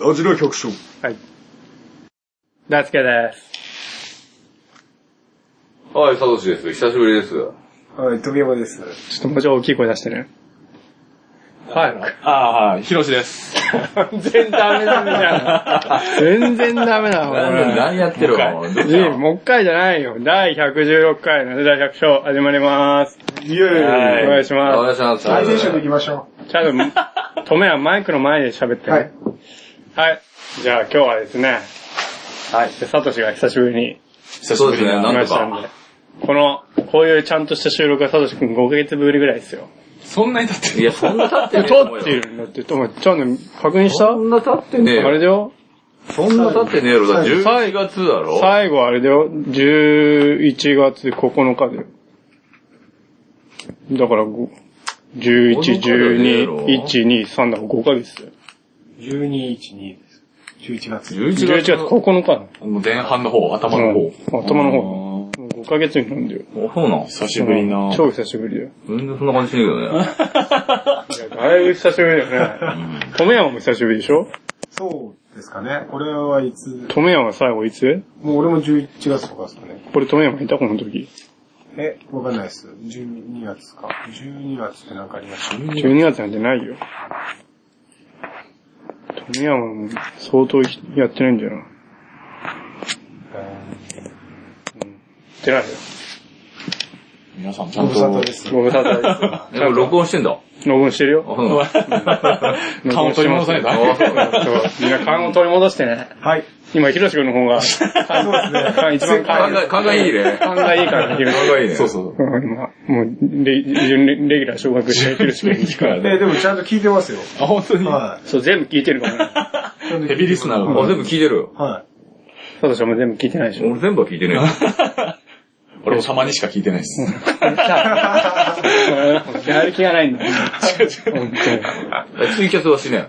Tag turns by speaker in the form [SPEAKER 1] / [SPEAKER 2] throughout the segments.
[SPEAKER 1] ラジラ百姓。
[SPEAKER 2] はい。大輔です。
[SPEAKER 3] はい、サトシです。久しぶりです。
[SPEAKER 4] はい、富山です。
[SPEAKER 2] ちょっともうちょい大きい声出してね。はい。
[SPEAKER 5] ああ、ひろしです。
[SPEAKER 2] 全然ダメなんじゃん。 全然ダメだ、ほ
[SPEAKER 3] 何
[SPEAKER 2] ら。
[SPEAKER 3] 何やってる
[SPEAKER 5] も
[SPEAKER 3] のどうし
[SPEAKER 2] いい
[SPEAKER 3] た
[SPEAKER 2] もう一回じゃないよ。第116回の第100章始まります。
[SPEAKER 4] イェーイ。
[SPEAKER 5] はい
[SPEAKER 2] お願いし
[SPEAKER 3] あお
[SPEAKER 2] ま
[SPEAKER 3] 願いします。
[SPEAKER 4] 最前週で行きましょ
[SPEAKER 2] す。ちゃんと、止めはマイクの前で喋って
[SPEAKER 4] う。
[SPEAKER 2] ね
[SPEAKER 4] はい。
[SPEAKER 2] はい。じゃあ今日はですね、はい。サトシが久しぶりに
[SPEAKER 5] 久
[SPEAKER 3] そうですね、
[SPEAKER 2] 来
[SPEAKER 3] な
[SPEAKER 2] ま
[SPEAKER 3] ん
[SPEAKER 2] し
[SPEAKER 3] と
[SPEAKER 2] たん
[SPEAKER 3] か
[SPEAKER 2] で。。この、こういうちゃんとした収録はサトシくん5ヶ月ぶりぐらいですよ。
[SPEAKER 5] そんなにだって
[SPEAKER 3] いや、そんな経ってねえと思う
[SPEAKER 2] 撮
[SPEAKER 3] よ
[SPEAKER 2] ってるんだって、ちょっと確認した
[SPEAKER 3] そんな経ってねえ
[SPEAKER 2] あれ
[SPEAKER 3] よ。
[SPEAKER 2] だよ。
[SPEAKER 3] そんな経ってねえよ。だって
[SPEAKER 2] 最
[SPEAKER 3] 11月だろ
[SPEAKER 2] 最後あれだよ。11月9日だよ。だから5、11、12、1、2、3だから5ヶ月だよ。
[SPEAKER 4] 12、12です。11月。
[SPEAKER 3] 11
[SPEAKER 2] 11月
[SPEAKER 3] の
[SPEAKER 2] 9日
[SPEAKER 5] もう前半の方、頭の方。
[SPEAKER 2] うん頭の方。もう5ヶ月になるんだよ。
[SPEAKER 3] あそうなん
[SPEAKER 5] 久しぶりな
[SPEAKER 2] 超久しぶりだよ。
[SPEAKER 3] 全然そんな感じしねえけどね。
[SPEAKER 2] だいぶ久しぶりだよね。富山も久しぶりでしょ
[SPEAKER 4] そうですかね。これはいつ、
[SPEAKER 2] 富山最後いつ
[SPEAKER 4] もう俺も11月とかですかね。
[SPEAKER 2] これ富山いたこの時。
[SPEAKER 4] え、わかんないです。12月か。12月ってなんかありました
[SPEAKER 2] 12月なんてないよ。富山も相当やってないんだよな。ってないよ。
[SPEAKER 5] 皆さんちゃ
[SPEAKER 4] ご
[SPEAKER 5] ん
[SPEAKER 4] 無沙汰
[SPEAKER 5] と
[SPEAKER 4] で、す。
[SPEAKER 2] ご無沙汰です。
[SPEAKER 3] え、これ録音してんだ。
[SPEAKER 2] ログインしてる
[SPEAKER 3] あ、
[SPEAKER 2] よ。
[SPEAKER 3] そうなんだ。
[SPEAKER 5] 顔を取り戻さないと。
[SPEAKER 3] あそうなんだ
[SPEAKER 2] そうみんな勘を取り戻してね。
[SPEAKER 4] はい。
[SPEAKER 2] 今、ヒロシ君の方が、勘一番勘
[SPEAKER 3] 考え、考えいいね。
[SPEAKER 2] 勘がいいからね、ヒロシ
[SPEAKER 3] 考えいいね。
[SPEAKER 5] そうそう。
[SPEAKER 2] 君。うん今、もう、レ準レレギュラー昇格して、ヒロシ君に聞くからね。
[SPEAKER 4] え、でもちゃんと聞いてますよ。
[SPEAKER 5] あ、本当に
[SPEAKER 4] は
[SPEAKER 2] そう、全部聞いてるからね。
[SPEAKER 5] ヘビーリスナー
[SPEAKER 3] あ、
[SPEAKER 5] が。
[SPEAKER 3] 全部聞いてるよ。
[SPEAKER 4] い。 は
[SPEAKER 2] サトシはもう全部聞いてないでしょ。
[SPEAKER 3] 俺全部は聞いてねえよ。
[SPEAKER 5] 俺もたまにしか聞いてないです。
[SPEAKER 2] やる気がないんだよ。本当に
[SPEAKER 3] えツイキャスはしね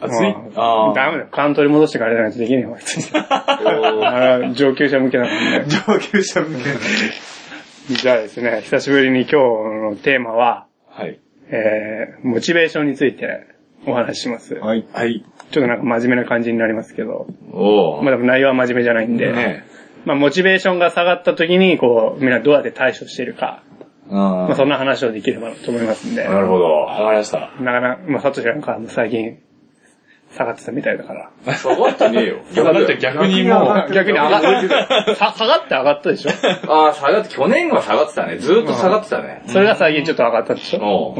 [SPEAKER 5] あ、つい、ああ。
[SPEAKER 2] ダメだよ。勘取り戻してからじゃないとできねえよ、
[SPEAKER 3] え。お ー
[SPEAKER 2] あれは上級者向けだもんね
[SPEAKER 4] い。。上級者向け。
[SPEAKER 2] じゃあですね、久しぶりに今日のテーマは、
[SPEAKER 5] はい。
[SPEAKER 2] えー、モチベーションについてお話しします。ちょっ
[SPEAKER 4] はい。
[SPEAKER 5] はい。
[SPEAKER 2] となんか真面目な感じになりますけど、
[SPEAKER 3] お
[SPEAKER 2] まあで
[SPEAKER 3] ー。
[SPEAKER 2] も内容は真面目じゃないんで、
[SPEAKER 5] ね
[SPEAKER 2] まあモチベーションが下がった時に、こう、みんなどうやって対処しているか、
[SPEAKER 5] あ
[SPEAKER 2] まあ
[SPEAKER 5] あ。
[SPEAKER 2] そんな話をできればと思いますんで、
[SPEAKER 3] な
[SPEAKER 2] な
[SPEAKER 3] るほど。
[SPEAKER 5] わかりました。
[SPEAKER 2] かなか、まあサトシなんか最近、下がってたみたいだから。
[SPEAKER 3] 下がってねえよ。
[SPEAKER 5] だって逆にもう、
[SPEAKER 2] 逆に上がっ さ下がって上がったでしょ
[SPEAKER 3] ああ、下がって、去年は下がってたね。ずーっと下がってたね。
[SPEAKER 2] それが最近ちょっと上がったでしょ、
[SPEAKER 3] お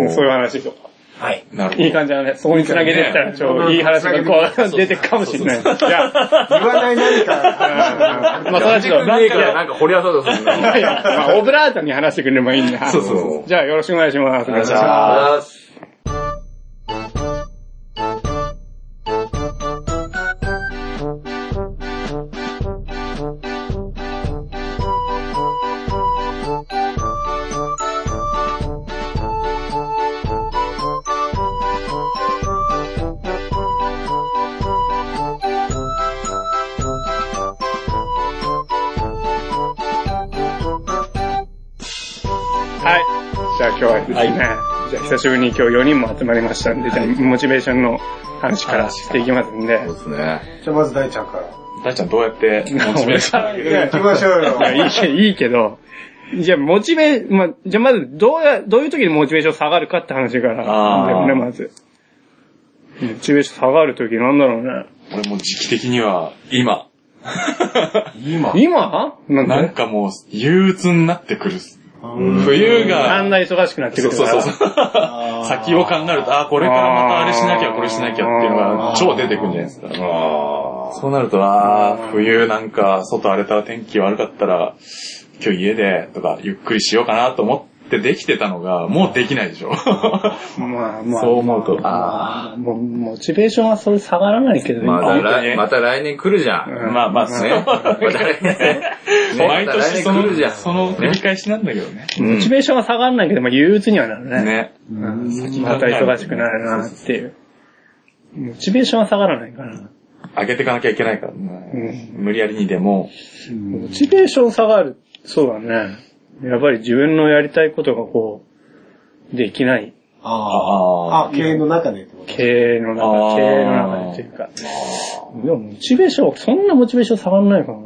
[SPEAKER 5] お
[SPEAKER 3] う
[SPEAKER 2] うんそういう
[SPEAKER 5] ー。
[SPEAKER 2] 話でしょ
[SPEAKER 4] はい。
[SPEAKER 5] なるほ
[SPEAKER 2] いい
[SPEAKER 5] ど。
[SPEAKER 2] 感じだね。そこに繋げてったら、ちょ、いい話がこう、出てくかもしれない。じゃ
[SPEAKER 4] 言わない何か。
[SPEAKER 2] あ、まあ、それはちょっと、
[SPEAKER 3] ねえからなんか掘り当たそうとする
[SPEAKER 2] いやいや
[SPEAKER 3] な。
[SPEAKER 2] まあ、オブラートに話してくれればいいんだ。
[SPEAKER 5] そうそうそう。
[SPEAKER 2] じゃあ、よろしくお願いします。
[SPEAKER 5] 願いします
[SPEAKER 3] あ
[SPEAKER 2] はい。じゃあ、今日はですね、じゃあ、久しぶりに今日4人も集まりましたんで、じゃあ、モチベーションの話からしていきますんで
[SPEAKER 3] そう。ですね。
[SPEAKER 4] じゃあまず大ちゃんから。
[SPEAKER 5] 大ちゃんどうや って、モチベーション
[SPEAKER 4] いや、行きましょうよ
[SPEAKER 2] い。やいいけいいけど、じゃあ、モチベ、まあ、じゃあ、まず、どうや、どういう時にモチベーション下がるかって話から、
[SPEAKER 5] あー
[SPEAKER 2] だよね、まず。モチベーション下がる時なんだろうね。
[SPEAKER 5] 俺もう時期的には、今。
[SPEAKER 4] 今。
[SPEAKER 2] 今なん
[SPEAKER 5] な
[SPEAKER 2] で
[SPEAKER 5] んかもう、憂鬱になってくる。
[SPEAKER 4] うん
[SPEAKER 5] 冬
[SPEAKER 2] だ
[SPEAKER 5] が、
[SPEAKER 2] んだん忙しくなってく
[SPEAKER 5] そう
[SPEAKER 2] る
[SPEAKER 5] そ
[SPEAKER 2] か
[SPEAKER 5] う
[SPEAKER 2] ら。
[SPEAKER 5] そうそう。先を考えると、あー、これからまたあれしなきゃ、これしなきゃっていうのが超出てくるんじゃないですか。そうなると、あー、冬なんか、外荒れた天気悪かったら、今日家でとか、ゆっくりしようかなと思ってできてたのが、もうできないでしょ。
[SPEAKER 2] まあまあ。
[SPEAKER 5] そう思うと、あ
[SPEAKER 2] もう、モチベーションはそれ下がらないけど、
[SPEAKER 3] ま
[SPEAKER 2] 今
[SPEAKER 3] た
[SPEAKER 5] 本当に
[SPEAKER 3] 来、
[SPEAKER 5] ね
[SPEAKER 3] また来年来るじゃん。ね。
[SPEAKER 5] ーまあまあ、そう。
[SPEAKER 3] また来年。ね
[SPEAKER 5] 毎
[SPEAKER 3] また来
[SPEAKER 5] 年
[SPEAKER 3] 年
[SPEAKER 5] そ
[SPEAKER 3] 来
[SPEAKER 5] の
[SPEAKER 3] るじゃ、ん。
[SPEAKER 5] その繰り返しなんだけどね。
[SPEAKER 2] モチベーションは下がらないけど、まあ憂鬱にはなるね。
[SPEAKER 5] ね。
[SPEAKER 2] また忙しくなるなっていう。モチベーションは下がらないから。
[SPEAKER 5] 上げていかなきゃいけないからね。無理やりにでも、
[SPEAKER 2] モチベーション下がる。そうだね。やっぱり自分のやりたいことがこう、できない。
[SPEAKER 4] ああ。
[SPEAKER 5] あー
[SPEAKER 4] あ、経営の中でってこと
[SPEAKER 2] 経経営の中、
[SPEAKER 5] あー
[SPEAKER 2] 経営の中でっていうか。でも、モチベーション、そんなモチベーション下がんないかな。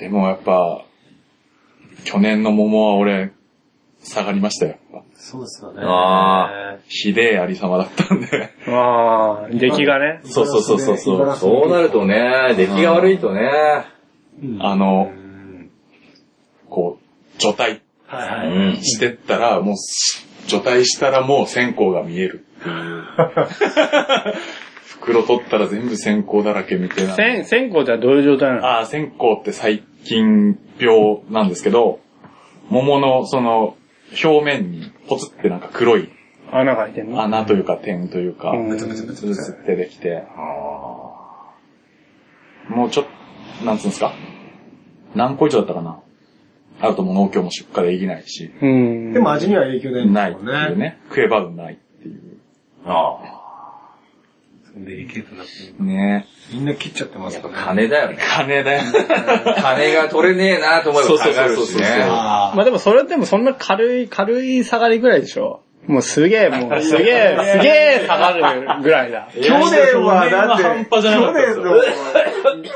[SPEAKER 5] でもやっぱ、去年の桃は俺、下がりましたよ。
[SPEAKER 4] そうですよね。
[SPEAKER 3] あ
[SPEAKER 5] ひでえありさまだったんで。
[SPEAKER 2] ああ、出来がね。
[SPEAKER 5] そうそうそうそうそう
[SPEAKER 4] ガラスで
[SPEAKER 3] そうなるとね、出来が悪いとね、
[SPEAKER 4] うん
[SPEAKER 5] あの、こう、除隊
[SPEAKER 4] はいは
[SPEAKER 3] う
[SPEAKER 4] い。
[SPEAKER 3] ん。
[SPEAKER 5] してったら、もう、除隊したらもう線香が見えるって いう。袋取ったら全部線香だらけみたいな。
[SPEAKER 2] 線、線香ってはどういう状態なの
[SPEAKER 5] あー線香って細菌病なんですけど、桃のその表面にポツってなんか黒い
[SPEAKER 2] 穴が開いてんの
[SPEAKER 5] 穴というか点というか、
[SPEAKER 2] うん
[SPEAKER 4] ブツブツブツブツ
[SPEAKER 5] ずってできて、もうちょっと、なんつうんですか何個以上だったかなあるともう農協も出荷できないし、
[SPEAKER 2] うん。
[SPEAKER 4] でも味には影響ないんで
[SPEAKER 5] な
[SPEAKER 4] すもん
[SPEAKER 5] いっていう
[SPEAKER 4] ね。
[SPEAKER 5] ね。食えばうまいっていう。
[SPEAKER 3] あ
[SPEAKER 4] で、影響なくて
[SPEAKER 5] ね
[SPEAKER 4] みんな切っちゃってま
[SPEAKER 3] あ。
[SPEAKER 4] す
[SPEAKER 3] やっ
[SPEAKER 4] か
[SPEAKER 3] ぱ
[SPEAKER 4] らね。
[SPEAKER 3] 金だよね。
[SPEAKER 5] 金だよ。
[SPEAKER 3] 金が取れねえなと思えば下がるし
[SPEAKER 5] そうそうそうそう
[SPEAKER 3] ね。
[SPEAKER 4] あ
[SPEAKER 2] まあでもそれでもそんな軽い、軽い下がりぐらいでしょもうすげえ、もうす げえ、すげえ下がるぐらい だ。
[SPEAKER 4] 去年はだって、
[SPEAKER 5] 去年は半端じゃなかったです
[SPEAKER 4] 去
[SPEAKER 5] よ
[SPEAKER 4] 年の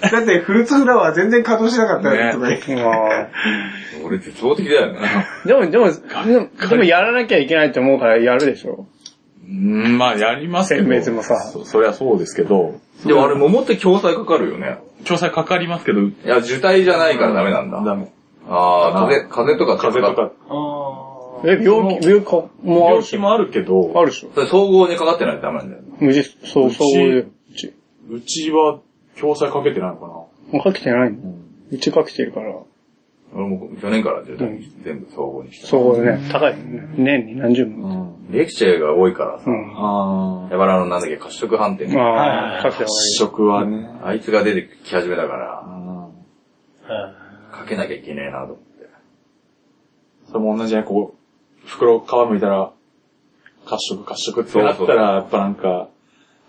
[SPEAKER 4] だってフルーツフラワー全然稼働しなかったよとか言って
[SPEAKER 2] う
[SPEAKER 3] 俺絶望的だよね。
[SPEAKER 2] んでも、でも、でもでもやらなきゃいけないって思うからやるでしょ
[SPEAKER 5] うん、まあやりますけど。
[SPEAKER 2] 選別もさ
[SPEAKER 5] そそりゃそうですけど、
[SPEAKER 3] でもあれ桃って共済かかるよね。
[SPEAKER 5] 調査かかりますけど、
[SPEAKER 3] いや、受胎じゃないからダメなんだ。
[SPEAKER 5] ダメ。
[SPEAKER 3] ああ、風、風とか
[SPEAKER 5] 風邪とか。
[SPEAKER 4] あ
[SPEAKER 2] え、病気、病気かもあ
[SPEAKER 5] 病
[SPEAKER 2] るし
[SPEAKER 5] 気。もあるけど、
[SPEAKER 2] あるでしょ
[SPEAKER 3] それ総合にかかってないとダメなんだよ。
[SPEAKER 2] 無事、そう、
[SPEAKER 5] うち
[SPEAKER 2] そういう。うち、
[SPEAKER 5] うちは共済かけてないの
[SPEAKER 2] もうかけてない
[SPEAKER 5] かな、
[SPEAKER 2] のうちかけてるから。
[SPEAKER 3] 俺も去年から受胎全部総合にした。
[SPEAKER 2] そうね、高いよね。年に何十
[SPEAKER 5] う
[SPEAKER 2] 万。
[SPEAKER 5] ん。
[SPEAKER 3] レクチャーが多いから
[SPEAKER 2] う
[SPEAKER 3] さ、
[SPEAKER 2] ん。
[SPEAKER 5] あ
[SPEAKER 3] やばらのなんだっけ、褐色判定ね
[SPEAKER 2] ああ、かけて
[SPEAKER 5] あ、
[SPEAKER 2] は
[SPEAKER 5] 食はね。
[SPEAKER 3] あいつが出てき始めたから、
[SPEAKER 5] うん
[SPEAKER 3] かけなきゃいけねえなと思って。
[SPEAKER 5] それも同じね、こう、袋皮むいたら、褐色褐色ってなった
[SPEAKER 3] そうそう
[SPEAKER 5] ら、やっぱなんか、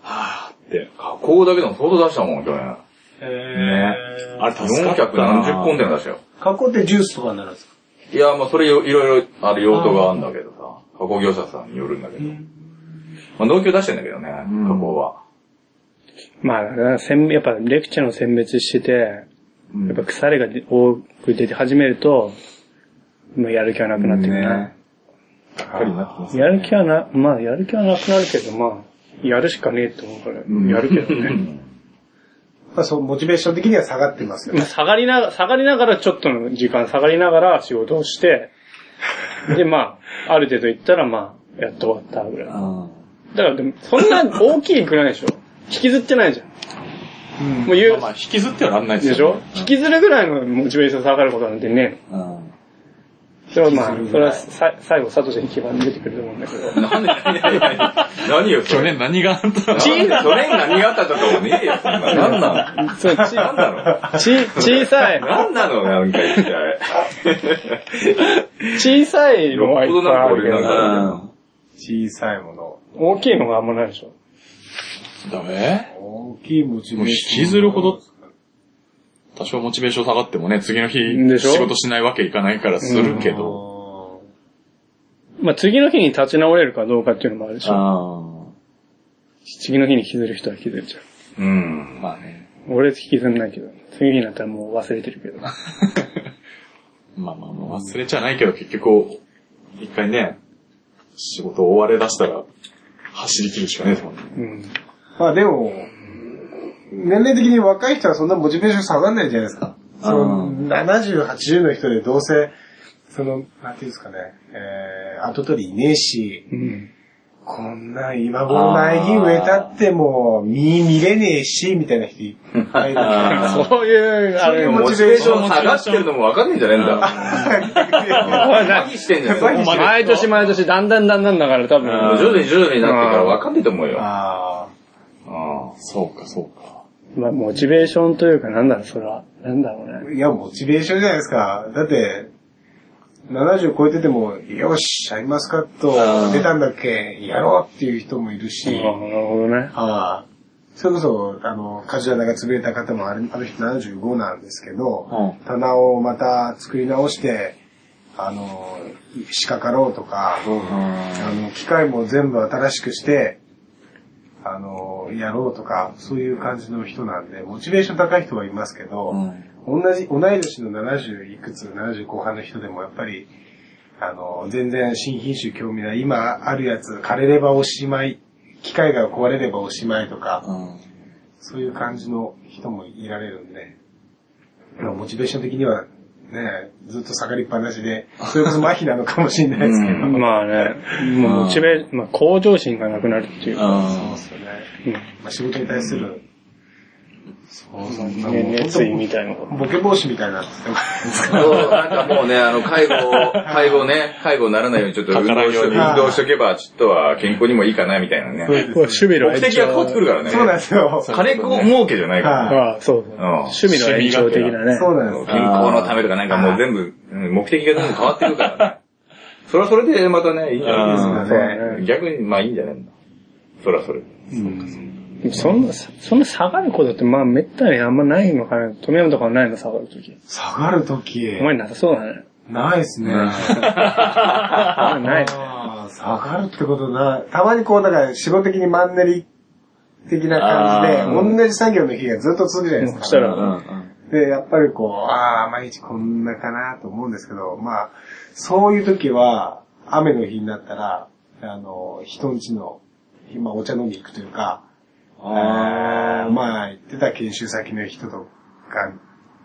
[SPEAKER 5] はぁーって。
[SPEAKER 3] 加工だけでも相当出したもん、去年。
[SPEAKER 4] ー。
[SPEAKER 5] ね
[SPEAKER 4] へ
[SPEAKER 5] あれ助かったな
[SPEAKER 3] 470本で出したよ。
[SPEAKER 4] ー。加工ってジュースとかになるんですか
[SPEAKER 3] いや、まあそれよいろいろある用途があるんだけどさ、加工業者さんによるんだけど。まあ農協出してんだけどね、加
[SPEAKER 5] うん
[SPEAKER 3] 工は。
[SPEAKER 2] まあ、だから選やっぱレクチャーの選別してて、
[SPEAKER 5] うん
[SPEAKER 2] やっぱ腐れが多く出て始めると、もうやる気はなくなってくるね。
[SPEAKER 5] ねがっかりになってますね。
[SPEAKER 2] やる気はな、まあやる気はなくなるけど、まあ、やるしかねえと思うから、
[SPEAKER 5] ん
[SPEAKER 2] やるけど ね。
[SPEAKER 4] まあそう、モチベーション的には下がってますよ
[SPEAKER 2] まあ
[SPEAKER 4] ね。
[SPEAKER 2] 下がりながら、下がりながらちょっとの時間下がりながら仕事を して、でまあ、ある程度行ったらまあ、やっと終わったぐらい。だからでも、そんな大きいくないでしょ引きずってないじゃん。
[SPEAKER 4] うん
[SPEAKER 2] もう言
[SPEAKER 5] うん。まあ、
[SPEAKER 2] う、
[SPEAKER 5] 引きずってはらんない
[SPEAKER 2] で
[SPEAKER 5] です
[SPEAKER 2] し
[SPEAKER 5] よ
[SPEAKER 2] ょ
[SPEAKER 5] ね。
[SPEAKER 2] 引きずるぐらいのモチベーション下がることなんてねえの。
[SPEAKER 5] うん。
[SPEAKER 2] それはまあ、それはさ最後、サトシに基盤出てくると思うんだけど。
[SPEAKER 3] なんで、何よ、そ
[SPEAKER 5] 去
[SPEAKER 3] れ。
[SPEAKER 5] 年何があったの
[SPEAKER 2] チー
[SPEAKER 3] 去年何があったとかもねえよ、そんな。なんなの
[SPEAKER 2] そう、ち、
[SPEAKER 3] なんだろう
[SPEAKER 2] ち、小さい、
[SPEAKER 3] なんなのなんか一体。
[SPEAKER 2] 小さいのはいっぱいあるけ
[SPEAKER 3] よっぽどなんか俺が
[SPEAKER 2] ど、
[SPEAKER 5] うん
[SPEAKER 4] 小さいもの。
[SPEAKER 2] 大きいのがあんまないでしょ。
[SPEAKER 5] ダメ
[SPEAKER 4] 大きいモチベーション。
[SPEAKER 5] もう引きずるほど。多少モチベーション下がってもね、次の日
[SPEAKER 2] で、しょ
[SPEAKER 5] 仕事しないわけいかないからするけど。
[SPEAKER 4] ど。
[SPEAKER 2] まあ、次の日に立ち直れるかどうかっていうのもあるでしょ。
[SPEAKER 5] あ
[SPEAKER 2] 次の日に引きずる人は引きずっちゃう。
[SPEAKER 3] うん
[SPEAKER 5] あ。。まあね。
[SPEAKER 2] 俺引きずんないけど、次の日になったらもう忘れてるけど。
[SPEAKER 5] まあまあまあ、忘れちゃないけど、結局、一回ね、仕事を追われ出したら、走り切るしかないですもんね。
[SPEAKER 2] うん。
[SPEAKER 4] まあでも、年齢的に若い人はそんなモチベーション下がんないじゃないですか。その
[SPEAKER 5] うん
[SPEAKER 4] 70、80の人でどうせ、その、なんていうんですかね、えー、後取りいねえし、
[SPEAKER 2] うん。
[SPEAKER 4] こんな今頃苗木植えたってもう見見れねえし、みたいな人いっぱいいるから。
[SPEAKER 5] あー
[SPEAKER 2] そういう、あ
[SPEAKER 4] そう
[SPEAKER 2] れ
[SPEAKER 4] いう
[SPEAKER 2] も
[SPEAKER 4] も
[SPEAKER 3] モチベーション下がってるのもわかんねえんじゃねえんだ。何してんじゃねえ
[SPEAKER 4] モチベーション
[SPEAKER 2] 毎年毎年、だんだんだんだんだから多
[SPEAKER 5] うん
[SPEAKER 2] 分、
[SPEAKER 3] 徐々に徐々になってからわかんねえと 思うよ。
[SPEAKER 4] あ
[SPEAKER 3] あ
[SPEAKER 5] そうか、そうか。
[SPEAKER 2] まあ、モチベーションというか、なんだろう、それは。なんだろうね。
[SPEAKER 4] ーいや、モチベーションじゃないですか。だって、70超えてても、よし、シャインマスカッ
[SPEAKER 5] あ
[SPEAKER 4] ト
[SPEAKER 5] ー
[SPEAKER 4] 出たんだっけ、やろうっていう人もいるし、
[SPEAKER 2] ああなるほどね。
[SPEAKER 4] ああ。それこそ、あの、カジュアナが潰れた方もあるあの人75なんですけど、
[SPEAKER 5] う
[SPEAKER 4] 棚をまた作り直して、あの、仕掛かろうとか、
[SPEAKER 5] ん
[SPEAKER 4] あの、機械も全部新しくして、あの、やろうとか、そういう感じの人なんで、モチベーション高い人はいますけど、同じ、同い年の70いくつ、70後半の人でもやっぱり、あの、全然新品種興味ない、今あるやつ、枯れればおしまい、機械が壊れればおしまいとか、そういう感じの人もいられるんで、まあモチベーション的には、ね、ずっと下がりっぱなしで、それこそ麻痺なのかもしれないですけど、
[SPEAKER 3] う
[SPEAKER 2] まあね、もうモチベ、まあ向上心がなくなるっていうか。
[SPEAKER 4] そうですよね。まあ、仕事に対する、そうそう、
[SPEAKER 2] うん
[SPEAKER 4] まあ
[SPEAKER 2] ね熱意み
[SPEAKER 4] い
[SPEAKER 2] たいなこと。
[SPEAKER 4] ボケ防止みたいなって言ってますけど
[SPEAKER 3] そうなんかもうね、あの、介護を、介護ね、介護にならないようにちょっと運
[SPEAKER 5] かから
[SPEAKER 3] 動
[SPEAKER 5] ん
[SPEAKER 3] し
[SPEAKER 5] よう
[SPEAKER 3] と
[SPEAKER 5] に
[SPEAKER 3] 運動しとけば、ちょっとは健康にもいいかな、みたいな
[SPEAKER 4] そうで
[SPEAKER 3] ね。
[SPEAKER 4] す
[SPEAKER 2] うわ趣味の
[SPEAKER 3] 目
[SPEAKER 2] 延
[SPEAKER 3] 的が変わってくるからね。
[SPEAKER 4] そうなんですよ。
[SPEAKER 3] 金儲けじゃないから。
[SPEAKER 4] はい
[SPEAKER 2] ああ、そうそう。趣味の延長的なね。
[SPEAKER 4] そうなん
[SPEAKER 3] 健
[SPEAKER 4] ですよ。
[SPEAKER 3] 康のためとかなんかもう全部、うん目的が全部変わってくるからね。それはそれでまたね、いいんじゃないですか
[SPEAKER 4] ん
[SPEAKER 2] そうだね。
[SPEAKER 3] 逆に、まあいいんじゃないのそれはそれ。
[SPEAKER 2] そんな、そんな下がることってまあめったにあんまないのかな。富山とかはないの下がるとき。
[SPEAKER 4] 下がるとき、
[SPEAKER 2] お前なさそうだね。
[SPEAKER 4] ないですね。
[SPEAKER 2] あない。
[SPEAKER 4] あー下がるってことな。たまにこう、だから、仕事的にマンネリ的な
[SPEAKER 5] あ
[SPEAKER 4] 感じ
[SPEAKER 5] ー
[SPEAKER 4] で、同じ作業の日がずっと続くじゃない
[SPEAKER 2] そ
[SPEAKER 4] で
[SPEAKER 2] し
[SPEAKER 4] す
[SPEAKER 2] た
[SPEAKER 4] か。
[SPEAKER 2] ら、
[SPEAKER 4] で、やっぱりこう、ああ、毎日こんなかなと思うんですけど、まあ、そういう時は、雨の日になったら、あの、人んちの、今お茶飲み行くというか、えーまあ、行ってた研修先の人とか、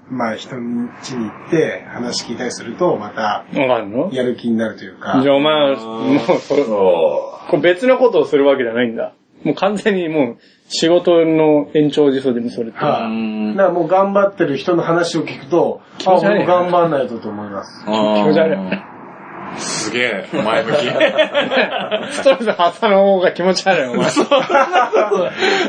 [SPEAKER 4] まあ、人んちに行って話聞いたりすると、また、
[SPEAKER 2] わかるの
[SPEAKER 4] やる気になるというか
[SPEAKER 2] じゃ、あお前は、もうそれ、
[SPEAKER 3] そ
[SPEAKER 2] こう別のことをするわけじゃないんだ。もう完全にもう仕事の延長時そでもそれって。
[SPEAKER 4] は
[SPEAKER 5] うん
[SPEAKER 4] い。だからもう頑張ってる人の話を聞くと、
[SPEAKER 2] 気
[SPEAKER 4] あ、
[SPEAKER 2] 持ち悪い
[SPEAKER 4] 俺も頑張んないとと思い ます。
[SPEAKER 5] あー
[SPEAKER 2] 気持ち悪
[SPEAKER 5] すげえ、前向き。
[SPEAKER 2] ストレス発散の方が気持ち悪い、お前。
[SPEAKER 4] だか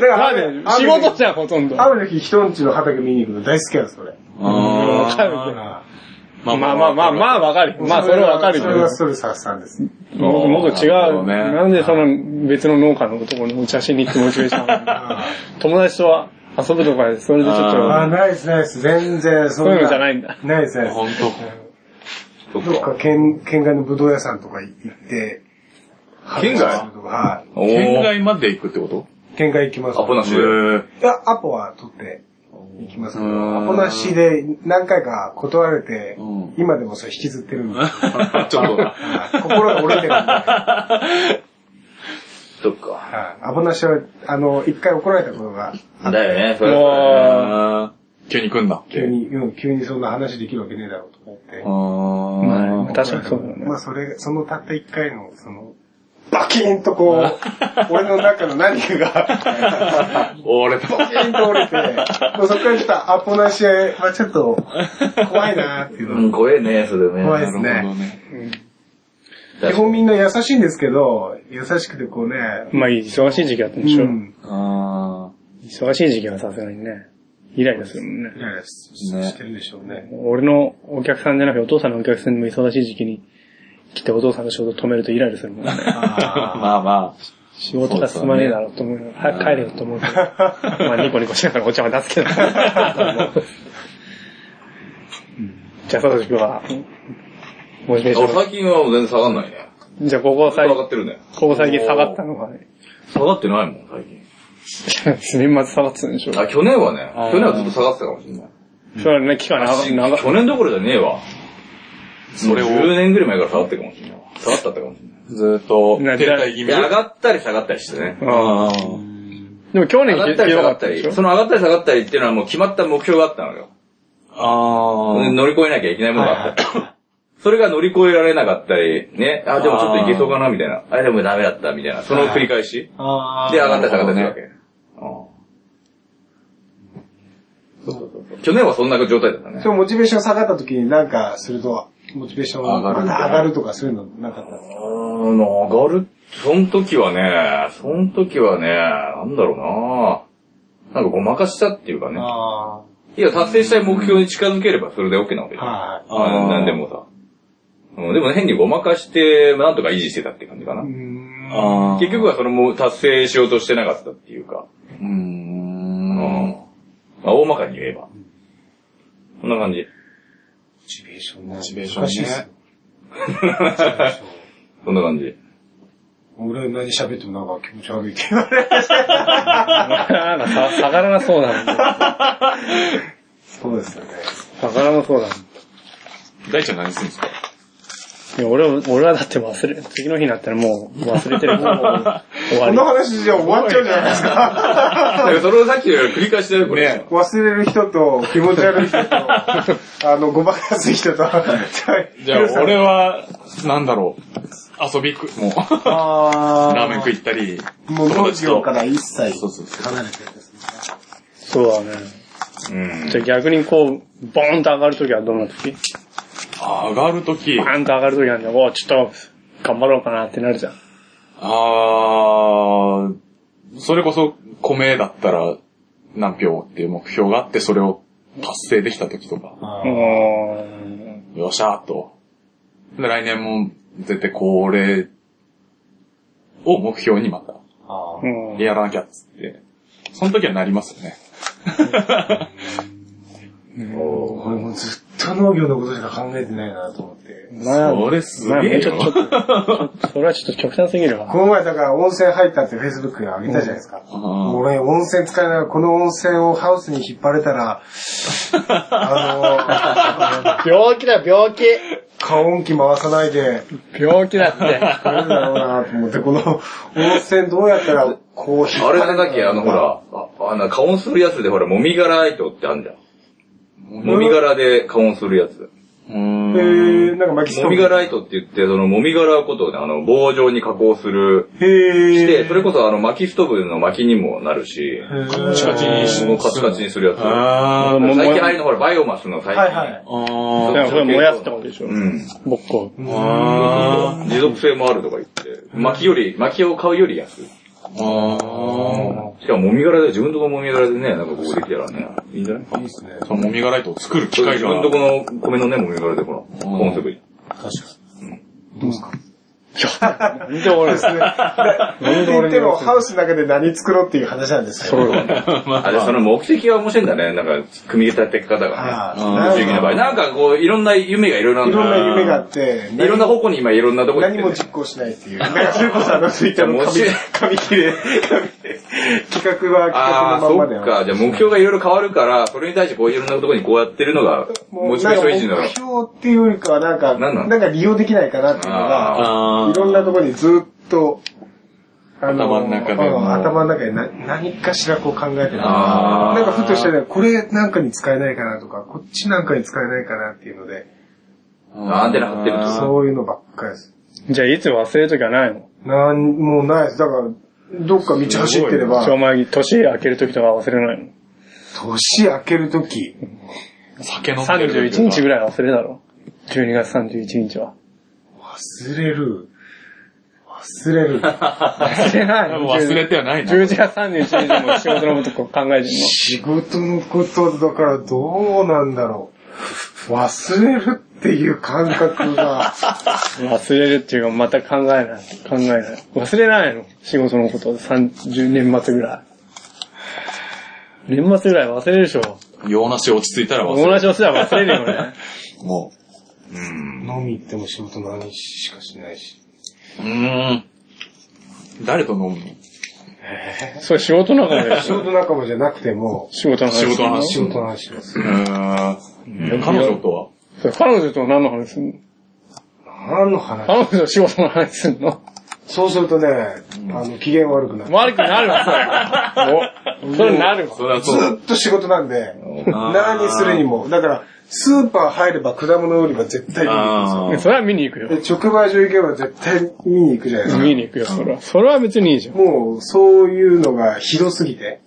[SPEAKER 4] ら雨
[SPEAKER 2] なんで仕事じゃん、ほとんど。
[SPEAKER 4] 雨の日、人んちの畑見に行くの大好きなんです、それ。
[SPEAKER 2] わかるけど
[SPEAKER 4] あ
[SPEAKER 2] まあまあまあまあ、まあわかる。まあそれはわかるけ
[SPEAKER 4] それ
[SPEAKER 2] ど
[SPEAKER 4] は。ストレス発散です。
[SPEAKER 2] 僕もっと違
[SPEAKER 5] なるほ
[SPEAKER 2] う。
[SPEAKER 5] どね
[SPEAKER 2] なんでその別の農家の男にお茶しに行ってモチベーション上がるの友達とは遊ぶとかで、それでちょっ
[SPEAKER 4] あ、
[SPEAKER 2] と、
[SPEAKER 4] ないです、ないです。全然、そん
[SPEAKER 2] そういうのじゃないんだ。
[SPEAKER 4] ないです、ないです。
[SPEAKER 5] 本当。
[SPEAKER 3] っ
[SPEAKER 4] どっ
[SPEAKER 3] か。
[SPEAKER 4] か県、県外のぶどう屋さんとか行って、
[SPEAKER 3] 県外
[SPEAKER 4] はい。
[SPEAKER 3] お
[SPEAKER 5] 県
[SPEAKER 3] ー。
[SPEAKER 5] 外まで行くってこと
[SPEAKER 4] 県外行きます。
[SPEAKER 3] アポなし
[SPEAKER 5] へ
[SPEAKER 3] で。
[SPEAKER 5] ー
[SPEAKER 4] いや、アポは取って行きますけ
[SPEAKER 5] うー
[SPEAKER 4] ど、
[SPEAKER 5] ん
[SPEAKER 4] アポなしで何回か断られて
[SPEAKER 5] うん、
[SPEAKER 4] 今でもそれ引きずってるんで、
[SPEAKER 5] ちょっと。
[SPEAKER 4] はい心が折れて るんで、はい
[SPEAKER 3] そっか。
[SPEAKER 4] アポなしは、あの、一回怒られたことが、
[SPEAKER 3] だよね、それは
[SPEAKER 2] も
[SPEAKER 5] あー急に来んなって。
[SPEAKER 4] 急に、うん、急にそんな話できるわけねえだろうとか言って
[SPEAKER 5] あ。ー
[SPEAKER 2] まあ確かにそうだよね
[SPEAKER 4] まあそれ、そのたった一回の、その、バキーンとこう、俺の中の何かが、
[SPEAKER 5] 俺と。
[SPEAKER 4] バキーンと折れて、もうそこからちょっとアポなしはちょっと怖いなっていううの。
[SPEAKER 3] ん、怖えね、それね。
[SPEAKER 4] 怖いです
[SPEAKER 5] なるほど
[SPEAKER 4] ね。
[SPEAKER 5] ね。
[SPEAKER 4] 基本みんな優しいんですけど、優しくてこうね、
[SPEAKER 2] う、まあ忙しい時期あったんでし
[SPEAKER 4] う
[SPEAKER 2] ょ。
[SPEAKER 4] ん、
[SPEAKER 5] あ
[SPEAKER 2] 忙しい時期はさすがにね、イライラするもんね
[SPEAKER 4] イ。ライラししてるでしょう ね。
[SPEAKER 2] 俺のお客さんじゃなくてお父さんのお客さんにも忙しい時期に来てお父さんの仕事止めるとイライラするもんね。
[SPEAKER 5] あ。まあま
[SPEAKER 2] 仕事が進まねえだろうと思うよ。早く帰れよと思 うけど。まあニコニコしながらお茶も出すけど。じゃあ、サトシ君は、モチベーシ
[SPEAKER 3] 俺
[SPEAKER 2] ョ
[SPEAKER 3] 最近はもう全然下がんないね。
[SPEAKER 2] ン。 じゃあ、ここ最
[SPEAKER 3] 下が
[SPEAKER 2] 近、
[SPEAKER 3] ってるね。
[SPEAKER 2] ここ最近下がったの が、ね、
[SPEAKER 3] 下がってないもん、最近。
[SPEAKER 2] 年末下がってたんでしょ。
[SPEAKER 3] あ、去年はね
[SPEAKER 5] あー、
[SPEAKER 3] 去年はずっと下がってたかもしれない。
[SPEAKER 2] それはね、期間長、長、
[SPEAKER 3] 去年どころじゃねえわ。そ
[SPEAKER 5] れを
[SPEAKER 3] 10年ぐらい前から下がってるかもしれない。下がったってかもしれない。
[SPEAKER 5] あ。ずーっと、
[SPEAKER 2] な
[SPEAKER 5] 停滞気
[SPEAKER 3] い
[SPEAKER 5] 味。
[SPEAKER 3] や上がったり下がったりしてね。
[SPEAKER 2] あ
[SPEAKER 5] あ
[SPEAKER 2] あでも去
[SPEAKER 3] 上
[SPEAKER 2] 年
[SPEAKER 3] が
[SPEAKER 2] ひ
[SPEAKER 3] ったり
[SPEAKER 2] ひ
[SPEAKER 3] 下
[SPEAKER 2] どか
[SPEAKER 3] が
[SPEAKER 2] っ
[SPEAKER 3] った
[SPEAKER 2] たで
[SPEAKER 3] り
[SPEAKER 2] しょ。
[SPEAKER 3] その上がったり下がったりっていうのはもう決まった目標があったのよ。
[SPEAKER 5] ーあー。
[SPEAKER 3] 乗り越えなきゃいけないものがあった。 それが乗り越えられなかったり、ね、あ、でもちょっといけそうかな、みたいな。あ、でもダメだった、みたいな。その繰り返し。
[SPEAKER 4] あ
[SPEAKER 3] で、上がったり下がったりする
[SPEAKER 5] な
[SPEAKER 3] わけ。
[SPEAKER 5] る
[SPEAKER 3] うんそうそうそう去年はそんな状態だったね
[SPEAKER 4] そ。のモチベーション下がった時になんかすると、モチベーションが
[SPEAKER 5] 上がる
[SPEAKER 4] また上がるとかそういうのなかったんですか
[SPEAKER 3] うーん、上がる。その時はね、その時はね、なんだろうななんかごまかしたっていうかね。
[SPEAKER 4] あ
[SPEAKER 3] いや、達成したい目標に近づければそれで OK なわけ
[SPEAKER 4] あ。
[SPEAKER 3] じゃん。
[SPEAKER 4] は。
[SPEAKER 5] あー
[SPEAKER 3] なんでもさ。うん、でも変にごまかして、なんとか維持してたって感じかない
[SPEAKER 4] う。ん
[SPEAKER 5] あー
[SPEAKER 3] 結局はそれも達成しようとしてなかったっていうか、
[SPEAKER 5] うー
[SPEAKER 3] うん
[SPEAKER 5] ん。
[SPEAKER 3] まあ大まかに言えば。こんな感じ。
[SPEAKER 4] モチベーションね。
[SPEAKER 5] モチベーションね
[SPEAKER 4] 難しいっすよ。モチベーション
[SPEAKER 3] そんな感じ。
[SPEAKER 4] 俺何喋ってもなんか気持ち悪いって言われる。
[SPEAKER 2] なんかさ、魚がそうなんだ。
[SPEAKER 4] そうですよね。
[SPEAKER 2] 魚もそうなんだ。
[SPEAKER 5] 大ちゃん何するんですか
[SPEAKER 2] いや俺は、俺はだって忘れ、次の日になったらもう忘 れてる。もう終わ
[SPEAKER 4] こ
[SPEAKER 2] り
[SPEAKER 4] の。話じゃ終わっちゃうじゃないですか。
[SPEAKER 3] だからそれをさっき繰り返しだよ、これ。
[SPEAKER 4] 忘れる人と気持ち悪い人と、あ の、ごまかす人と、
[SPEAKER 5] じゃあ、 俺は、なんだろう。遊びく、もう、
[SPEAKER 4] あ
[SPEAKER 5] ラーメン食い行ったり。
[SPEAKER 4] もう農業から一切
[SPEAKER 5] そうそうそう。
[SPEAKER 4] 離れてるんですね。
[SPEAKER 2] そうだね。
[SPEAKER 3] うん。
[SPEAKER 2] じゃあ逆にこう、ボーンと上がるときはどんなとき
[SPEAKER 5] あー上がるとき、
[SPEAKER 2] バーンと上がるときなんだよ。おうちょっと、頑張ろうかなってなるじゃん。
[SPEAKER 5] あーそれこそ米だったら何票っていう目標があって、それを達成できた時とか、
[SPEAKER 2] うーん。
[SPEAKER 5] よっしゃーっと。で来年も絶対これを目標にまた
[SPEAKER 4] あ
[SPEAKER 2] うん
[SPEAKER 5] やらなきゃっつって、その時はなりますよね。
[SPEAKER 4] ー俺もうずっと農業のことしか考えてないなと思って。
[SPEAKER 2] まあ、
[SPEAKER 5] それす
[SPEAKER 2] まあ、も
[SPEAKER 5] げ
[SPEAKER 2] う
[SPEAKER 5] え
[SPEAKER 2] ちょっと、
[SPEAKER 5] よ。
[SPEAKER 2] ちょっとそれはちょっと極端すぎるわ。
[SPEAKER 4] この前だから温泉入ったって Facebook に上げたじゃないですか。
[SPEAKER 5] ん
[SPEAKER 4] 俺温泉使いながらこの温泉をハウスに引っ張れたら、あ
[SPEAKER 2] 病気だ、病気
[SPEAKER 4] の、過音機回さないで、
[SPEAKER 2] 病気だって。
[SPEAKER 4] あれだろうなと思って、この温泉どうやったらこう引っ
[SPEAKER 3] あ
[SPEAKER 4] 張
[SPEAKER 3] れ
[SPEAKER 4] れ
[SPEAKER 3] なんだっけ、あのほら、ああの、加温するやつでほら、もみ殻糸ってあんじゃん。もみ殻で加温するやつ。
[SPEAKER 5] うー
[SPEAKER 4] え
[SPEAKER 5] ん
[SPEAKER 4] ー、なんか巻きスト
[SPEAKER 3] もみ殻糸って言って、そのもみ殻ことをね、あの、棒状に加工する。して、それこそあの、薪ストーブの薪にもなるし、
[SPEAKER 4] カ
[SPEAKER 5] チカチにし
[SPEAKER 3] もうカチカチにするやつ。
[SPEAKER 5] あー
[SPEAKER 2] もう
[SPEAKER 3] 最近入るのほら、バイオマスの最近。
[SPEAKER 4] はいはい。
[SPEAKER 5] あー
[SPEAKER 2] だからこれ燃やすってことでしょ。
[SPEAKER 3] うん。
[SPEAKER 2] 僕こう。
[SPEAKER 5] あ
[SPEAKER 3] 持続性もあるとか言って、薪より、薪を買うより安い。
[SPEAKER 5] ーあ
[SPEAKER 3] しかも、もみ殻で、自分とこのもみ殻でね、なんかここできたらね、いいんじゃない
[SPEAKER 4] いいですね
[SPEAKER 5] ー。そのもみがライトを作る機
[SPEAKER 3] 自
[SPEAKER 5] 会が
[SPEAKER 3] 分とこの米のね、もみ殻で、ほら、
[SPEAKER 5] うん
[SPEAKER 3] コンセプトに。
[SPEAKER 4] どうですか
[SPEAKER 2] なんで俺、
[SPEAKER 4] ですね。なんで言ってもハウスの中で何作ろうっていう話なんですけど。
[SPEAKER 3] あれ、その目的が面白いんだね、なんか、組み立て方がね。
[SPEAKER 5] あ
[SPEAKER 4] は
[SPEAKER 5] ー
[SPEAKER 3] 不思議な場合なんかこう、いろんな夢がいろいろあ
[SPEAKER 4] い
[SPEAKER 3] るん
[SPEAKER 4] ろん
[SPEAKER 3] だ
[SPEAKER 4] な
[SPEAKER 3] ね
[SPEAKER 4] 夢があって、
[SPEAKER 3] いろんな方向に今いろんなとこ行っ
[SPEAKER 4] 何
[SPEAKER 3] てね
[SPEAKER 4] も実行しないっていう。なんかそれこそあのツイッターの紙
[SPEAKER 3] 面
[SPEAKER 4] 紙切れ、紙企画は
[SPEAKER 3] ああ、
[SPEAKER 4] 企画の
[SPEAKER 3] そ
[SPEAKER 4] ま
[SPEAKER 3] っ
[SPEAKER 4] んまで。
[SPEAKER 3] か。じゃあ目標がいろいろ変わるから、それに対してこういろんなところにこうやってるのが、
[SPEAKER 4] も
[SPEAKER 3] モ
[SPEAKER 4] う
[SPEAKER 3] チ
[SPEAKER 4] な
[SPEAKER 3] ベ
[SPEAKER 4] ん
[SPEAKER 3] ー
[SPEAKER 4] か
[SPEAKER 3] ション維
[SPEAKER 4] 目
[SPEAKER 3] 持
[SPEAKER 4] 標
[SPEAKER 3] なの。
[SPEAKER 4] っていうよりかはなんか、
[SPEAKER 3] なんなの
[SPEAKER 4] なんか利用できないかなっていうのが、
[SPEAKER 5] あー
[SPEAKER 4] いろんなところにずっと、あ
[SPEAKER 5] 頭の中で
[SPEAKER 4] うん頭の中でな何かしらこう考えてる。
[SPEAKER 5] あ
[SPEAKER 4] な
[SPEAKER 5] ー
[SPEAKER 4] んかふとしたら、これなんかに使えないかなとか、こっちなんかに使えないかなっていうので、
[SPEAKER 3] アンテナ張ってると
[SPEAKER 4] そういうのばっかりです。
[SPEAKER 2] じゃあいつ忘れるときはないの
[SPEAKER 4] なんもうないです。だから、どっか道走ってれば、
[SPEAKER 2] ちょ、お前、年明けるときとか忘れないの
[SPEAKER 4] 年明けるとき、
[SPEAKER 5] 酒飲んでる
[SPEAKER 2] ?31 日ぐらい忘れだろ。12月31日は。
[SPEAKER 4] 忘れる。忘れる。
[SPEAKER 2] 忘れないの
[SPEAKER 5] 忘れてはないな。
[SPEAKER 2] 11月31日でも仕事のこと考えてるの。
[SPEAKER 4] 仕事のことだからどうなんだろう。忘れるっていう感覚 が、
[SPEAKER 2] 忘れるっていうか、また考えない。考えない。忘れないの。仕事のこと。30年末ぐらい。年末ぐらい忘れるでしょ。
[SPEAKER 5] 洋梨落ち着いたら忘れ
[SPEAKER 2] 友達のすら忘れるよ ね。
[SPEAKER 5] も
[SPEAKER 4] 飲み行っても仕事の話しかしないし。
[SPEAKER 5] う。うーん。誰と飲むの
[SPEAKER 2] それ仕事の中で
[SPEAKER 4] 仕事仲間じゃなくても、
[SPEAKER 2] 仕事の話。
[SPEAKER 5] 仕事の話
[SPEAKER 4] 仕事の話です
[SPEAKER 5] う
[SPEAKER 4] る。
[SPEAKER 5] ーん。彼女とは
[SPEAKER 2] それ彼女と何の話すんの
[SPEAKER 4] 何の話
[SPEAKER 2] 彼女と仕事の話すんの
[SPEAKER 4] そうするとね、あの、機嫌悪くなる。
[SPEAKER 2] 悪くなるわ、そ れ。おそれなるわ。
[SPEAKER 5] れは
[SPEAKER 4] ずーっと仕事なんで、何するにも。だから、スーパー入れば果物売り場絶対見に行くん
[SPEAKER 5] あー
[SPEAKER 2] それは見に行くよ。
[SPEAKER 4] ですよ。で直売所行けば絶対見に行くじゃないですか。
[SPEAKER 2] 見に行くよ、それは。それは別にいいじゃん。
[SPEAKER 4] もう、そういうのがひどすぎて。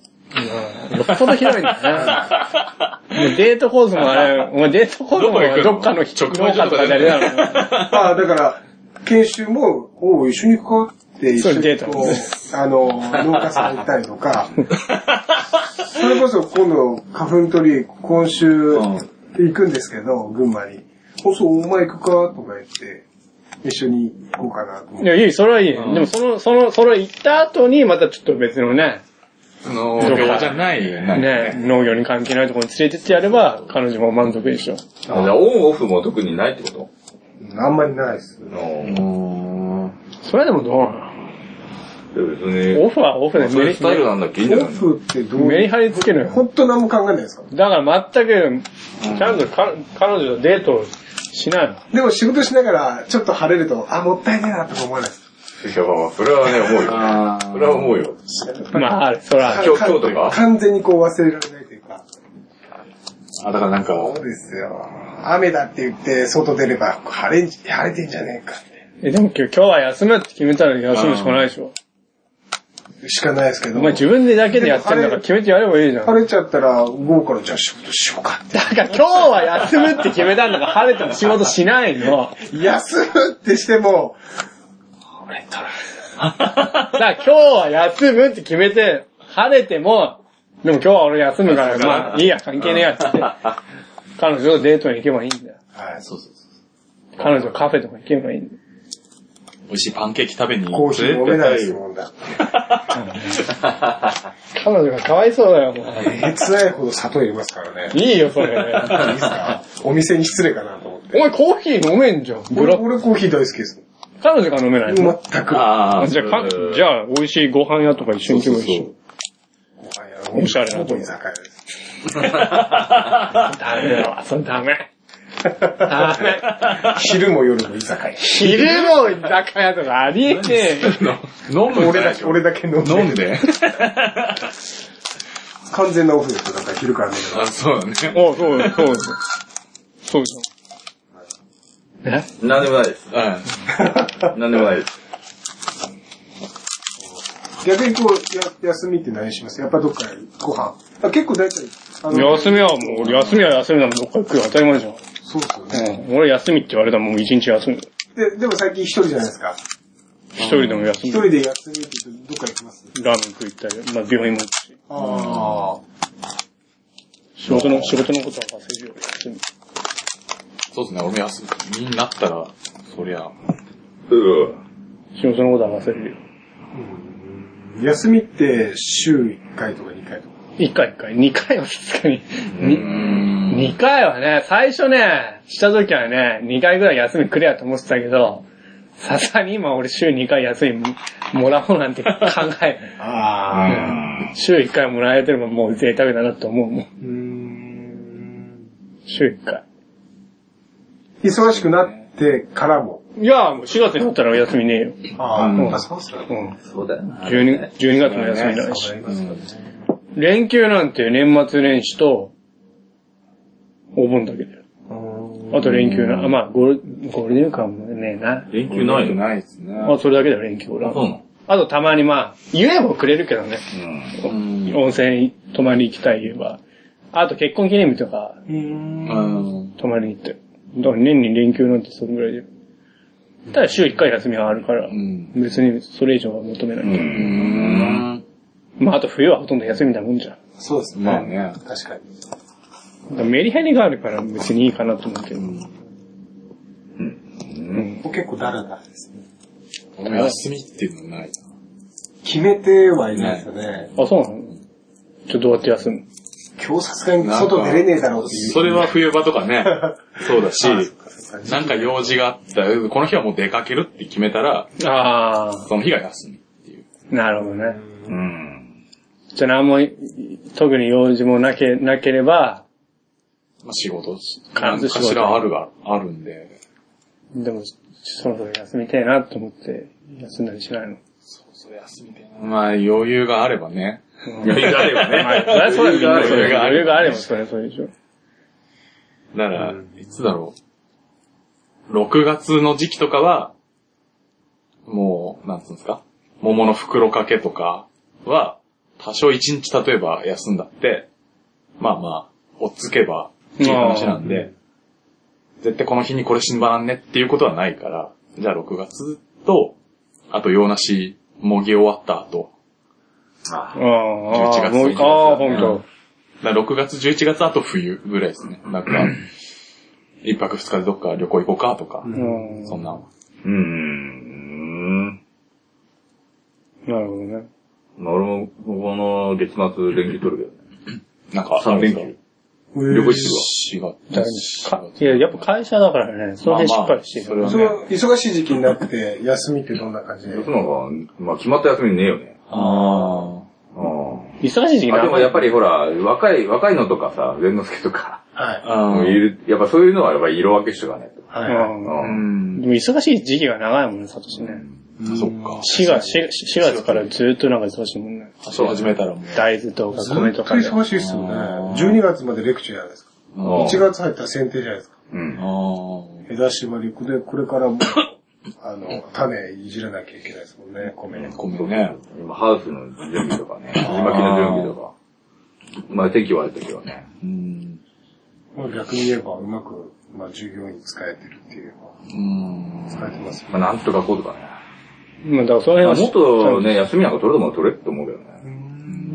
[SPEAKER 2] よっぽどひどいんだね。もう デートコースもあ れ、お前デートコース
[SPEAKER 5] どこ行く
[SPEAKER 2] も
[SPEAKER 5] の
[SPEAKER 2] どっかの人
[SPEAKER 5] 直売所とか
[SPEAKER 2] じ
[SPEAKER 5] じ
[SPEAKER 2] ゃ
[SPEAKER 5] ゃ
[SPEAKER 2] ね
[SPEAKER 5] ね
[SPEAKER 2] え
[SPEAKER 5] え
[SPEAKER 2] だろ。
[SPEAKER 4] ああ、だから、研修も、おう一緒に行こうって、一緒
[SPEAKER 2] それ
[SPEAKER 4] に
[SPEAKER 2] デー
[SPEAKER 4] こ
[SPEAKER 2] トで
[SPEAKER 4] う、あの、農家さん行ったりとか、それこそ今度、花粉取り、今週、
[SPEAKER 5] ん
[SPEAKER 4] 行くんですけど、群馬に。お、そう、お前行くかとか言って、一緒に行こうかなと思っ
[SPEAKER 2] い
[SPEAKER 4] て。
[SPEAKER 2] や、いい、それはいい。でも、その、その、それ行った後に、またちょっと別のね、
[SPEAKER 5] 農業じゃない。
[SPEAKER 2] ね、農業に関係ないところに連れてってやれば、彼女も満足でしょ。
[SPEAKER 3] じゃあオンオフも特にないってこと
[SPEAKER 4] あんまりないです。
[SPEAKER 5] うーん。
[SPEAKER 2] それでもどうなの
[SPEAKER 3] 別に。
[SPEAKER 2] オフはオフで
[SPEAKER 3] そういう
[SPEAKER 2] メ
[SPEAKER 3] スタイル
[SPEAKER 2] リ
[SPEAKER 3] なんだっけいいんじゃ
[SPEAKER 4] オ
[SPEAKER 3] ないの
[SPEAKER 4] フってどう
[SPEAKER 2] メリ
[SPEAKER 4] いう、
[SPEAKER 2] ハリつけるよ。
[SPEAKER 4] ほんと何も考えないですか
[SPEAKER 2] だから全く、ちゃんとか彼女とデートしないの。
[SPEAKER 4] でも仕事しながら、ちょっと晴れると、あ、もったいないなとか思わないです。
[SPEAKER 3] いや、まあまあ、それはね、思うよ。
[SPEAKER 5] あ
[SPEAKER 3] それは思うよ。
[SPEAKER 2] まあ、そら、
[SPEAKER 3] 今日今日とか
[SPEAKER 4] 完全にこう忘れられないというか。
[SPEAKER 5] あ、だからなんか、
[SPEAKER 4] そうですよ。雨だって言って、外出れば、晴れん、晴れてんじゃねえかっ
[SPEAKER 2] え、でも今日今日は休むって決めたら休むしかないでしょ。
[SPEAKER 4] て。しかないですけ
[SPEAKER 2] お
[SPEAKER 4] ど。
[SPEAKER 2] 前自分でだけでやってんだから決めてやればいいじゃん。 だ
[SPEAKER 4] 晴れちゃったら、午後からじゃあ仕事しようかって。
[SPEAKER 2] から今日は休むって決めたんだから晴れても仕事しないの。
[SPEAKER 4] 休むってしても、
[SPEAKER 2] だから今日は休むって決めて、晴れても、でも今日は俺休むから、まあいいや、関係ねえやって言って。彼女とデートに行けばいいんだよ。
[SPEAKER 4] はい、そう
[SPEAKER 2] 彼女カフェとか行けばいいんだよ。
[SPEAKER 5] 美味しいパンケーキ食べに
[SPEAKER 4] コーヒー飲めないです
[SPEAKER 5] よ。
[SPEAKER 4] もんだって。
[SPEAKER 2] 彼女がかわいそうだよ、もう。
[SPEAKER 4] えつないほど砂糖入れますからね。いい
[SPEAKER 2] いいよ、そ れ。
[SPEAKER 4] ですかお店に失礼かなと思って。
[SPEAKER 2] お前コーヒー飲めんじゃん。ブ
[SPEAKER 4] 俺
[SPEAKER 2] ラック。
[SPEAKER 4] 俺コーヒー大好きです。
[SPEAKER 2] 彼女が飲めないの
[SPEAKER 4] 全く。
[SPEAKER 5] ああ、
[SPEAKER 2] じゃあ、か
[SPEAKER 5] それ
[SPEAKER 2] じゃあ、美味しいご飯屋とか一緒に行けばいいし。おしゃれなとこ
[SPEAKER 4] ほぼ居酒屋です。
[SPEAKER 2] ダメだわ、それダメ。ダメ。
[SPEAKER 4] 昼も夜も居酒屋。
[SPEAKER 2] 昼も居酒屋とかありえねえよ。
[SPEAKER 5] 飲むんじ
[SPEAKER 4] 俺
[SPEAKER 5] ゃない
[SPEAKER 4] だ
[SPEAKER 5] でし
[SPEAKER 4] け、
[SPEAKER 5] ょ
[SPEAKER 4] 俺だけ飲んで。
[SPEAKER 5] 飲んで。
[SPEAKER 4] 完全なオフですよ。だから昼から寝る
[SPEAKER 5] あ、そうだね。
[SPEAKER 2] お そうだ、そうだ。そうだ。え
[SPEAKER 3] なんでもないです。
[SPEAKER 5] う
[SPEAKER 3] なんでもないです。
[SPEAKER 4] 逆にこう、や休みって何しますやっぱどっかご飯。あ結構大体、あ
[SPEAKER 2] 休みはもう、俺休みは休みだもん、どっか行くよ、当たり前じゃん。
[SPEAKER 4] そうですよね。
[SPEAKER 2] うん、俺休みって言われたらもう一日休む。
[SPEAKER 4] で、でも最近一人じゃないですか。
[SPEAKER 2] 一人でも休
[SPEAKER 4] 一
[SPEAKER 2] む。
[SPEAKER 4] 人で休みって言うとどっか行きます
[SPEAKER 2] ラーメン食いたり、まあ病院も行くし。
[SPEAKER 4] ああ。
[SPEAKER 2] 仕事の、仕事のことは忘れるよ、休み。
[SPEAKER 5] んそうですね、俺も休みになったら、そりゃ。
[SPEAKER 3] うん。
[SPEAKER 2] 仕事のことは忘れるよ。
[SPEAKER 4] 休みって週1回とか2回とか。
[SPEAKER 2] 一回一回、二回はさすがに。に
[SPEAKER 5] うん。
[SPEAKER 2] 二回はね、最初ね、した時はね、二回ぐらい休みくれやと思ってたけど、さすがに今俺週二回休みももらおうなんて考えない。
[SPEAKER 4] ああ。
[SPEAKER 2] 週一回もらえてればもう贅沢だなと思うもん。
[SPEAKER 4] うーん。
[SPEAKER 2] 週一回。
[SPEAKER 4] 忙しくなってからも。
[SPEAKER 2] いや、もう4月になったら休みねえよ。
[SPEAKER 4] あ
[SPEAKER 5] ー
[SPEAKER 4] あ、そうっすよ
[SPEAKER 2] う
[SPEAKER 4] ね。
[SPEAKER 2] ん。
[SPEAKER 3] そうだよな。
[SPEAKER 2] 12, 12月の休みないし。
[SPEAKER 5] うん
[SPEAKER 2] 連休なんて年末年始と、お盆だけだよ。あと連休な、あまあゴール、ゴールデンウィークはもうねえな。
[SPEAKER 3] 連休ないよ。
[SPEAKER 5] ないですね。
[SPEAKER 2] まあそれだけだよ、連休俺
[SPEAKER 3] あ、そうな
[SPEAKER 2] は。
[SPEAKER 3] の
[SPEAKER 2] あとたまにまあ、言えばくれるけどね。
[SPEAKER 5] うん。
[SPEAKER 2] 温泉泊まり行きたい言えば。あと結婚記念日とか
[SPEAKER 5] うん。
[SPEAKER 2] 泊まりに行って。だから年に連休なんてそれぐらいで。ただ週1回休みはあるから、
[SPEAKER 5] ん
[SPEAKER 2] 別にそれ以上は求めない。
[SPEAKER 3] うん。う。
[SPEAKER 5] うんん。
[SPEAKER 2] まああと冬はほとんど休みだもんじゃん。
[SPEAKER 4] そうです
[SPEAKER 5] まあね。
[SPEAKER 4] 確かに。
[SPEAKER 2] だからメリハリがあるから別にいいかなと思うけど。
[SPEAKER 4] 僕結構ダラダラですね。
[SPEAKER 5] 俺も休みっていうのないな。
[SPEAKER 4] 決めてはいないですよね。
[SPEAKER 2] あ、そうなのちょっとどうやって休む
[SPEAKER 4] 今日さすがに外出れねえだろうっていう。
[SPEAKER 5] それは冬場とか ね、そうだし、
[SPEAKER 4] そ
[SPEAKER 5] なんか用事があったら、この日はもう出かけるって決めたら、
[SPEAKER 2] ああ、
[SPEAKER 5] その日が休みっていう。
[SPEAKER 2] なるほどね。
[SPEAKER 3] うん。
[SPEAKER 2] じゃあ何もい、特に用事もなけ、なければ、
[SPEAKER 5] まあ仕事し、
[SPEAKER 2] 必ず仕事
[SPEAKER 5] 何かしらあるが、あるんで。
[SPEAKER 2] でも、そろそろ休みたいなと思って、休んだりしないの。
[SPEAKER 5] まあ余裕があればね。
[SPEAKER 3] 余裕があればね。
[SPEAKER 2] まあ、それはそうだよね。
[SPEAKER 5] 余裕があ
[SPEAKER 2] 余裕
[SPEAKER 5] れば
[SPEAKER 2] があれば、それはそうでしょ。
[SPEAKER 5] なら、いつだろう。6月の時期とかは、もう、なんつうんですか桃の袋かけとかは、多少1日例えば休んだって、まあまあ、追っつけばいい話なんで、絶対この日にこれ死んばらんねっていうことはないから、じゃあ6月と、あと洋梨、もぎ終わった後、
[SPEAKER 2] ああ、
[SPEAKER 5] 11月
[SPEAKER 2] もう
[SPEAKER 5] 11月
[SPEAKER 2] ああ、ほんと。
[SPEAKER 5] だから6月、11月あと冬ぐらいですね。なんか、一泊二日でどっか旅行行こうかとか、
[SPEAKER 2] うん
[SPEAKER 5] そんな。
[SPEAKER 3] うん。
[SPEAKER 2] なるほどね。
[SPEAKER 3] 俺も、この月末連休取るけどね。
[SPEAKER 5] なんか、
[SPEAKER 3] 3連休。
[SPEAKER 5] 旅行支部は。
[SPEAKER 2] 誰にかいや、やっぱ会社だからね、その辺しっかりして
[SPEAKER 5] ま
[SPEAKER 2] る。
[SPEAKER 5] あ
[SPEAKER 4] その、忙しい時期になって、休みってどんな感じで
[SPEAKER 3] そうなんか、まあ決まった休みねえよね。
[SPEAKER 5] あ
[SPEAKER 3] うん
[SPEAKER 2] 忙しい時期
[SPEAKER 3] あでもやっぱ
[SPEAKER 2] り。
[SPEAKER 3] りほら、若い、若いのとかさ、善之助とか、
[SPEAKER 4] はい。
[SPEAKER 5] あ。
[SPEAKER 3] うんいる、やっぱそういうのはやっぱ色分けしとかないと。
[SPEAKER 4] は
[SPEAKER 2] うん
[SPEAKER 5] う
[SPEAKER 3] うん
[SPEAKER 5] ん。
[SPEAKER 2] でも忙しい時期が長いもんね、サトシね。
[SPEAKER 4] い。
[SPEAKER 5] そっか。
[SPEAKER 2] 4月、4月からずっとなんか忙しいもんね。
[SPEAKER 5] 走り始めたらもう。
[SPEAKER 2] 大豆とか
[SPEAKER 4] ずっ
[SPEAKER 2] 米
[SPEAKER 4] と
[SPEAKER 2] とかで。
[SPEAKER 4] 忙しいっすよね
[SPEAKER 5] あー。
[SPEAKER 4] 12月までレクチャーじゃないですか。
[SPEAKER 3] うん
[SPEAKER 4] 1月入ったら剪定じゃないですか。
[SPEAKER 3] うん。
[SPEAKER 5] あ
[SPEAKER 4] 枝島で、これこれからもう、あの、種いじらなきゃいけないですもんね、米
[SPEAKER 5] あ。ごめんね。
[SPEAKER 3] 今、ハウスの準備とかね、今木の準備とか。まあ、天気悪い時はね。
[SPEAKER 5] うん。
[SPEAKER 4] まあ逆に言えば、うまく、まあ従業員使えてるっていうのは、
[SPEAKER 5] うん。
[SPEAKER 4] 使えてますよ
[SPEAKER 3] まあ、なんとかこうとかね。
[SPEAKER 2] まあだからその辺
[SPEAKER 3] ま
[SPEAKER 2] は
[SPEAKER 3] あもっとね、休みなんか取れるとも取れると思うけどね。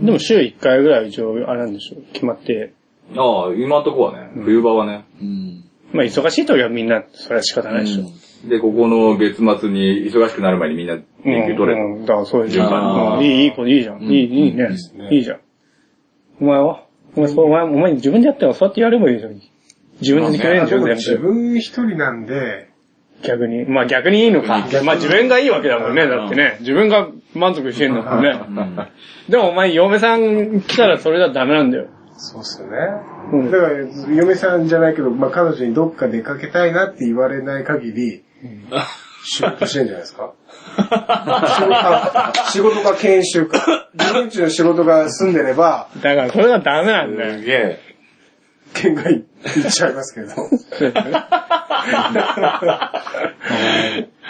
[SPEAKER 2] でも週1回ぐらい一応、あれなんでしょう、決まって。
[SPEAKER 3] ああ、今んとこはね、冬場はね。
[SPEAKER 5] うん。
[SPEAKER 2] まあ忙しい時はみんな、それは仕方ないでしょ。
[SPEAKER 3] で、ここの月末に忙しくなる前にみんな連休取れる。
[SPEAKER 2] うん、だからそういうじゃ
[SPEAKER 3] 順
[SPEAKER 5] 番
[SPEAKER 2] ん。
[SPEAKER 5] に
[SPEAKER 2] いい、いい子、いいじゃん。
[SPEAKER 5] うん
[SPEAKER 2] いい、いいね
[SPEAKER 5] いいっ
[SPEAKER 4] す。ね
[SPEAKER 2] いいじゃん。お前はお前、そう、お前、お前自分でやってよ。そうやってやればいいじゃん。自分で決める
[SPEAKER 4] あ
[SPEAKER 2] んじ
[SPEAKER 4] で
[SPEAKER 2] ゃん、
[SPEAKER 4] も自
[SPEAKER 2] 全部。
[SPEAKER 4] 分一人なんで、
[SPEAKER 2] 逆に。まあ逆にいいのか。まあ自分がいいわけだもんね。
[SPEAKER 4] うん
[SPEAKER 2] だってね。自分が満足してんだもん
[SPEAKER 4] う
[SPEAKER 2] ね。でもお前、嫁さん来たらそれだとダメなんだよ。
[SPEAKER 4] そうっすよ
[SPEAKER 2] うん
[SPEAKER 4] ね。だから、嫁さんじゃないけど、まあ彼女にどっか出かけたいなって言われない限り、仕事してんじゃないです か仕事か仕事か研修か。自分ちの仕事が済んでれば、
[SPEAKER 2] だからそれがダメなんだよ。
[SPEAKER 5] すげえ。
[SPEAKER 4] 県外行っちゃいますけど。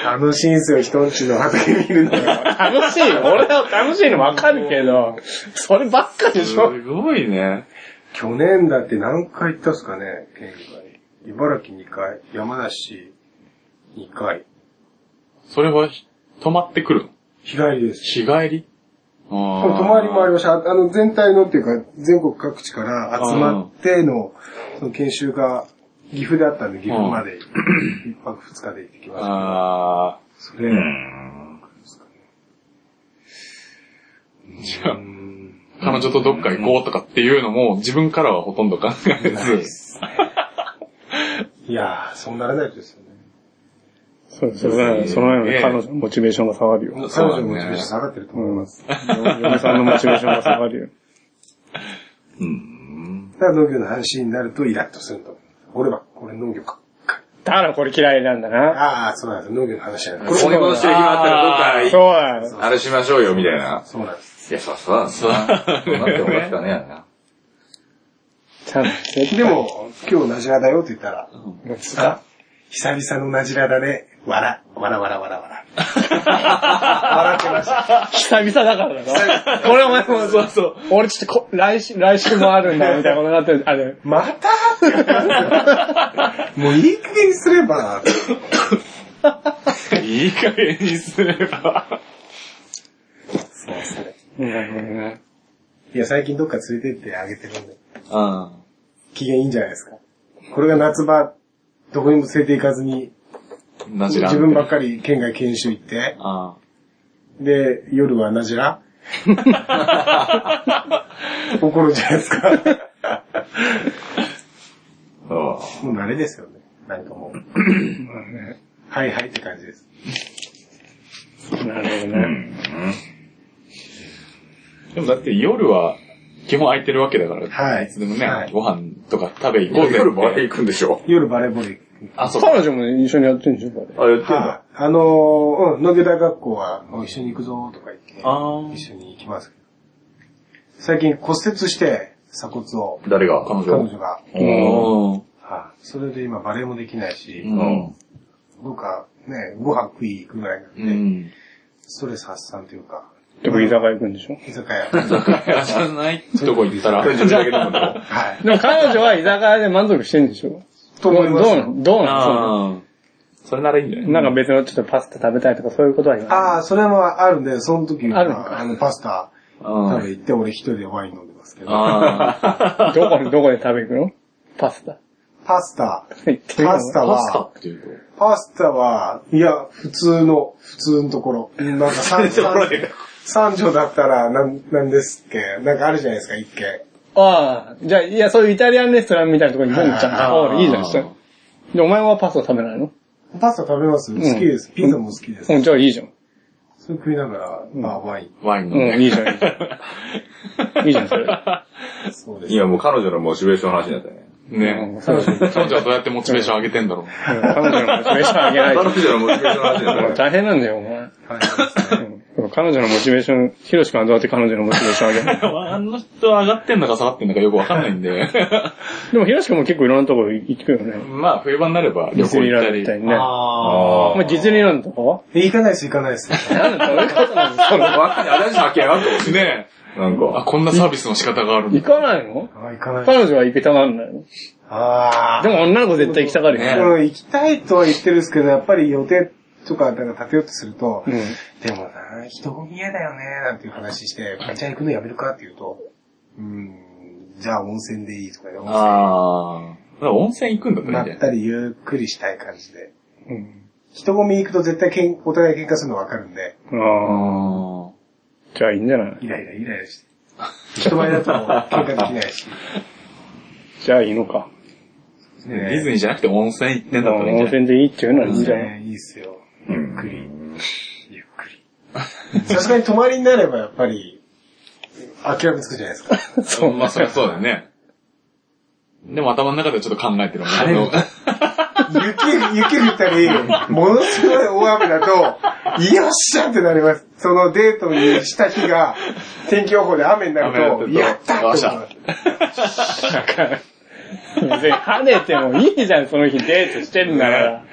[SPEAKER 4] 楽しいんすよ、人んちの畑見るのが。
[SPEAKER 2] 楽しい よ。俺は楽しいのわかるけど、そればっかでし
[SPEAKER 5] す
[SPEAKER 2] ょ。
[SPEAKER 5] ごいね。
[SPEAKER 4] 去年だって何回行ったっすかね、県外。茨城2回、山梨2回。
[SPEAKER 5] それは、泊まってくるの
[SPEAKER 4] 日帰りです。
[SPEAKER 5] 日帰りあ
[SPEAKER 4] 泊まりもありました。ああの、全体のっていうか、全国各地から集まっての、その研修が、岐阜であったんで、岐阜まで、一泊二日で行ってきました。
[SPEAKER 5] あ
[SPEAKER 4] そうれ、
[SPEAKER 3] ん。
[SPEAKER 5] ーじゃあ、彼女とどっか行こうとかっていうのも、自分からはほとんど考えず。
[SPEAKER 4] いやー、そうならないとですよね。
[SPEAKER 2] そうそうそう。そのように彼女のモチベーションが下がるよ。
[SPEAKER 4] 彼女のモチベーション下がってると思います。
[SPEAKER 2] 嫁さんのモチベーションが下がるよ。
[SPEAKER 3] うん。
[SPEAKER 4] だから農業の話になるとイラッとすると思う。俺は、これ農業か。
[SPEAKER 2] だからこれ嫌いなんだな。
[SPEAKER 4] ああ、そうなんです。農業の話じゃない。
[SPEAKER 3] これ、こんなことしてる暇あったらどっ
[SPEAKER 2] そう
[SPEAKER 3] か
[SPEAKER 2] だよ。
[SPEAKER 3] いあれしましょうよ、みたいな。
[SPEAKER 4] そうなんです。
[SPEAKER 3] いや、そうそうそうだな。そうなってもらうしかねえよな。
[SPEAKER 2] ちゃんと聞いて
[SPEAKER 4] でも、今日ナジラだよって言ったら、あ、久々のナジラだね。わら、わらわらわらわら。笑ってました。
[SPEAKER 2] 久々だからだろ。俺お前もそうそう。俺ちょっとこ来週、来週もあるんだよみたいなことになってる。 あれ、
[SPEAKER 4] またって もういい加減にすれば、
[SPEAKER 5] いい加減にすれば。
[SPEAKER 2] うん、
[SPEAKER 4] いや、最近どっか連れてってあげてるんで、
[SPEAKER 5] うん。
[SPEAKER 4] 機嫌いいんじゃないですか。これが夏場、どこにも連れて行かずに、
[SPEAKER 5] なじらん。
[SPEAKER 4] 自分ばっかり県外研修行って、
[SPEAKER 5] あ
[SPEAKER 4] で、夜はナジ ラ怒るんじゃないですか。
[SPEAKER 3] うん
[SPEAKER 4] もう慣れですよね。なんか もう。はいはいって感じです。
[SPEAKER 2] なるほどね。
[SPEAKER 3] うん。
[SPEAKER 5] ーでもだって夜は、基本空いてるわけだから。
[SPEAKER 4] はい
[SPEAKER 5] いつでもね、
[SPEAKER 4] はい
[SPEAKER 5] ご飯とか食べ行こうぜって。
[SPEAKER 3] 夜バレー行くんでしょ
[SPEAKER 4] 夜バレーボール行く。
[SPEAKER 5] あ、そう
[SPEAKER 2] 彼女も一緒にやってんでしょ、これ。
[SPEAKER 3] あ、やってんだ。
[SPEAKER 4] はいあのー、うん、農業大学校は、もう一緒に行くぞとか言って。
[SPEAKER 5] あー
[SPEAKER 4] 一緒に行きますけど。最近骨折して、鎖骨を、
[SPEAKER 3] 誰が
[SPEAKER 5] 彼
[SPEAKER 4] 彼
[SPEAKER 5] 女。
[SPEAKER 4] 女が。
[SPEAKER 5] おー
[SPEAKER 4] はいそれで今バレーもできないし、
[SPEAKER 5] うん。
[SPEAKER 4] 僕はね、ご飯食い行くぐらいなんで、
[SPEAKER 5] うん。
[SPEAKER 4] ストレス発散というか、
[SPEAKER 2] でも居酒屋行くんでしょ。
[SPEAKER 4] 居酒屋。
[SPEAKER 5] 知らないとこ行った ら。
[SPEAKER 3] 自分だけ飲むの
[SPEAKER 4] はい。
[SPEAKER 2] でも彼女は居酒屋で満足してんでしょ。
[SPEAKER 4] と思います
[SPEAKER 2] どうなのどうなの
[SPEAKER 5] ああ。それならいいんじゃ
[SPEAKER 2] そ
[SPEAKER 5] な
[SPEAKER 2] う
[SPEAKER 5] い
[SPEAKER 2] なんか別のちょっとパスタ食べたいとかそういうことは言わない。
[SPEAKER 4] ああ、それもあるんで、その時は
[SPEAKER 2] あるのか
[SPEAKER 4] あの、パスタ 食べ行って、俺一人でワイン飲んでますけど、
[SPEAKER 5] あ
[SPEAKER 2] どこに、どこで食べ行くのパスタ。
[SPEAKER 4] パスタ、
[SPEAKER 2] 行ってみよう
[SPEAKER 4] パスタ
[SPEAKER 5] パスタ
[SPEAKER 4] は、
[SPEAKER 5] っていう
[SPEAKER 4] パスタは、いや、普通の、普通のところ。なんか 三条、三条だったら、なん、なんですっけなんかあるじゃないですか、一軒。
[SPEAKER 2] ああ、じゃあ、いや、そういうイタリアンレストランみたいなところに飲んちゃった。ああ、いいじゃん、それで、お前はパスタ食べ ないの
[SPEAKER 4] パスタ食べます好きです。ピザも好きです。
[SPEAKER 2] うん、じゃあいいじゃん。
[SPEAKER 4] それ食いながら、まあ、ワイ
[SPEAKER 5] ワイン
[SPEAKER 2] う
[SPEAKER 5] のね。
[SPEAKER 2] ん、いいじゃん、いいじゃん。いいじゃん、それ。
[SPEAKER 4] ン。そうです。
[SPEAKER 3] 今もう彼女のモチベーションの話になったね。
[SPEAKER 5] ね。
[SPEAKER 2] 彼女
[SPEAKER 5] 彼女はどうやってモチベーション上げてんだろう。
[SPEAKER 2] 彼女のモチベーション上げない
[SPEAKER 3] 彼
[SPEAKER 2] と。も
[SPEAKER 3] 女のモチベーションの話になった
[SPEAKER 2] う
[SPEAKER 3] ね。
[SPEAKER 2] 大変なんだよ、お前。
[SPEAKER 4] 大変ですね
[SPEAKER 2] うん彼女のモチベーション、ヒロシ君はどうやって彼女のモチベーション上げ るの
[SPEAKER 5] あの人上がってんのか下がってんのかよくわかんないんで。
[SPEAKER 2] でもヒロシ君も結構いろんなとこ行ってくるよね。
[SPEAKER 5] まあ、冬場になれば
[SPEAKER 2] デ
[SPEAKER 5] 旅
[SPEAKER 2] ィズ
[SPEAKER 5] 行
[SPEAKER 2] ニー
[SPEAKER 5] 行
[SPEAKER 2] ラ
[SPEAKER 5] っ
[SPEAKER 2] ン
[SPEAKER 5] た
[SPEAKER 2] ドみ
[SPEAKER 5] り
[SPEAKER 2] た。いにね。
[SPEAKER 4] あ
[SPEAKER 2] お前ディズニーランドとかは
[SPEAKER 4] ー。え行かないです、行かないです。
[SPEAKER 2] なんだ、どういうことなの それ
[SPEAKER 3] 若い新しい発見があったもんね。
[SPEAKER 5] ね
[SPEAKER 3] なん
[SPEAKER 5] あ、
[SPEAKER 3] か。
[SPEAKER 5] こんなサービスの仕方があるん
[SPEAKER 2] 行か
[SPEAKER 5] だ。
[SPEAKER 2] ないの
[SPEAKER 4] あー行かない です。
[SPEAKER 2] 彼女は行けたがるんだよ。
[SPEAKER 4] あ
[SPEAKER 2] でも女の子絶対行きたがる
[SPEAKER 4] あ。で
[SPEAKER 2] よね。
[SPEAKER 4] も行きたいとは言ってるんですけど、やっぱり予定とか、なんか立てようとすると、
[SPEAKER 2] うん。
[SPEAKER 4] でもな、人混み嫌だよね、なんていう話して、じゃあ行くのやめるかって言うと、うーん、じゃあ温泉でいいとかで、温
[SPEAKER 5] ああ。だから温泉行くんだった
[SPEAKER 4] 泉
[SPEAKER 5] ら
[SPEAKER 4] ま
[SPEAKER 5] いいんじ
[SPEAKER 4] っ
[SPEAKER 5] ゃない
[SPEAKER 4] たりゆっくりしたい感じで。
[SPEAKER 2] うん。
[SPEAKER 4] 人混み行くと絶対けんお互い喧嘩するのわかるんで、
[SPEAKER 2] ああ、
[SPEAKER 5] あ
[SPEAKER 2] じゃあいいんじゃない
[SPEAKER 4] イライライライラして。人前だと喧嘩できないし。
[SPEAKER 2] じゃあいいのか。
[SPEAKER 5] ーねディズニーじゃなくて温泉行ってんだったらいいん
[SPEAKER 2] 温
[SPEAKER 5] じゃない
[SPEAKER 2] 泉でいいっていうのはいいんじゃない
[SPEAKER 4] ねいいっすよ。ゆっくり。ゆっくり。さすがに泊まりになればやっぱり、諦めつくじゃないですか。
[SPEAKER 2] そう、
[SPEAKER 5] まあ、そりゃそうだよね。でも頭の中でちょっと考えてるもんね。
[SPEAKER 4] 晴れる
[SPEAKER 5] あの
[SPEAKER 4] 雪、雪降ったり、ものすごい大雨だと、よっしゃってなります。そのデートにした日が、天気予報で雨になると、
[SPEAKER 5] 雨だ
[SPEAKER 4] やっ
[SPEAKER 5] ったと
[SPEAKER 4] たって思い
[SPEAKER 5] よ
[SPEAKER 4] ま
[SPEAKER 5] っ
[SPEAKER 4] す。
[SPEAKER 2] だから。別に跳ねてもいいじゃん、その日デートしてるんだから。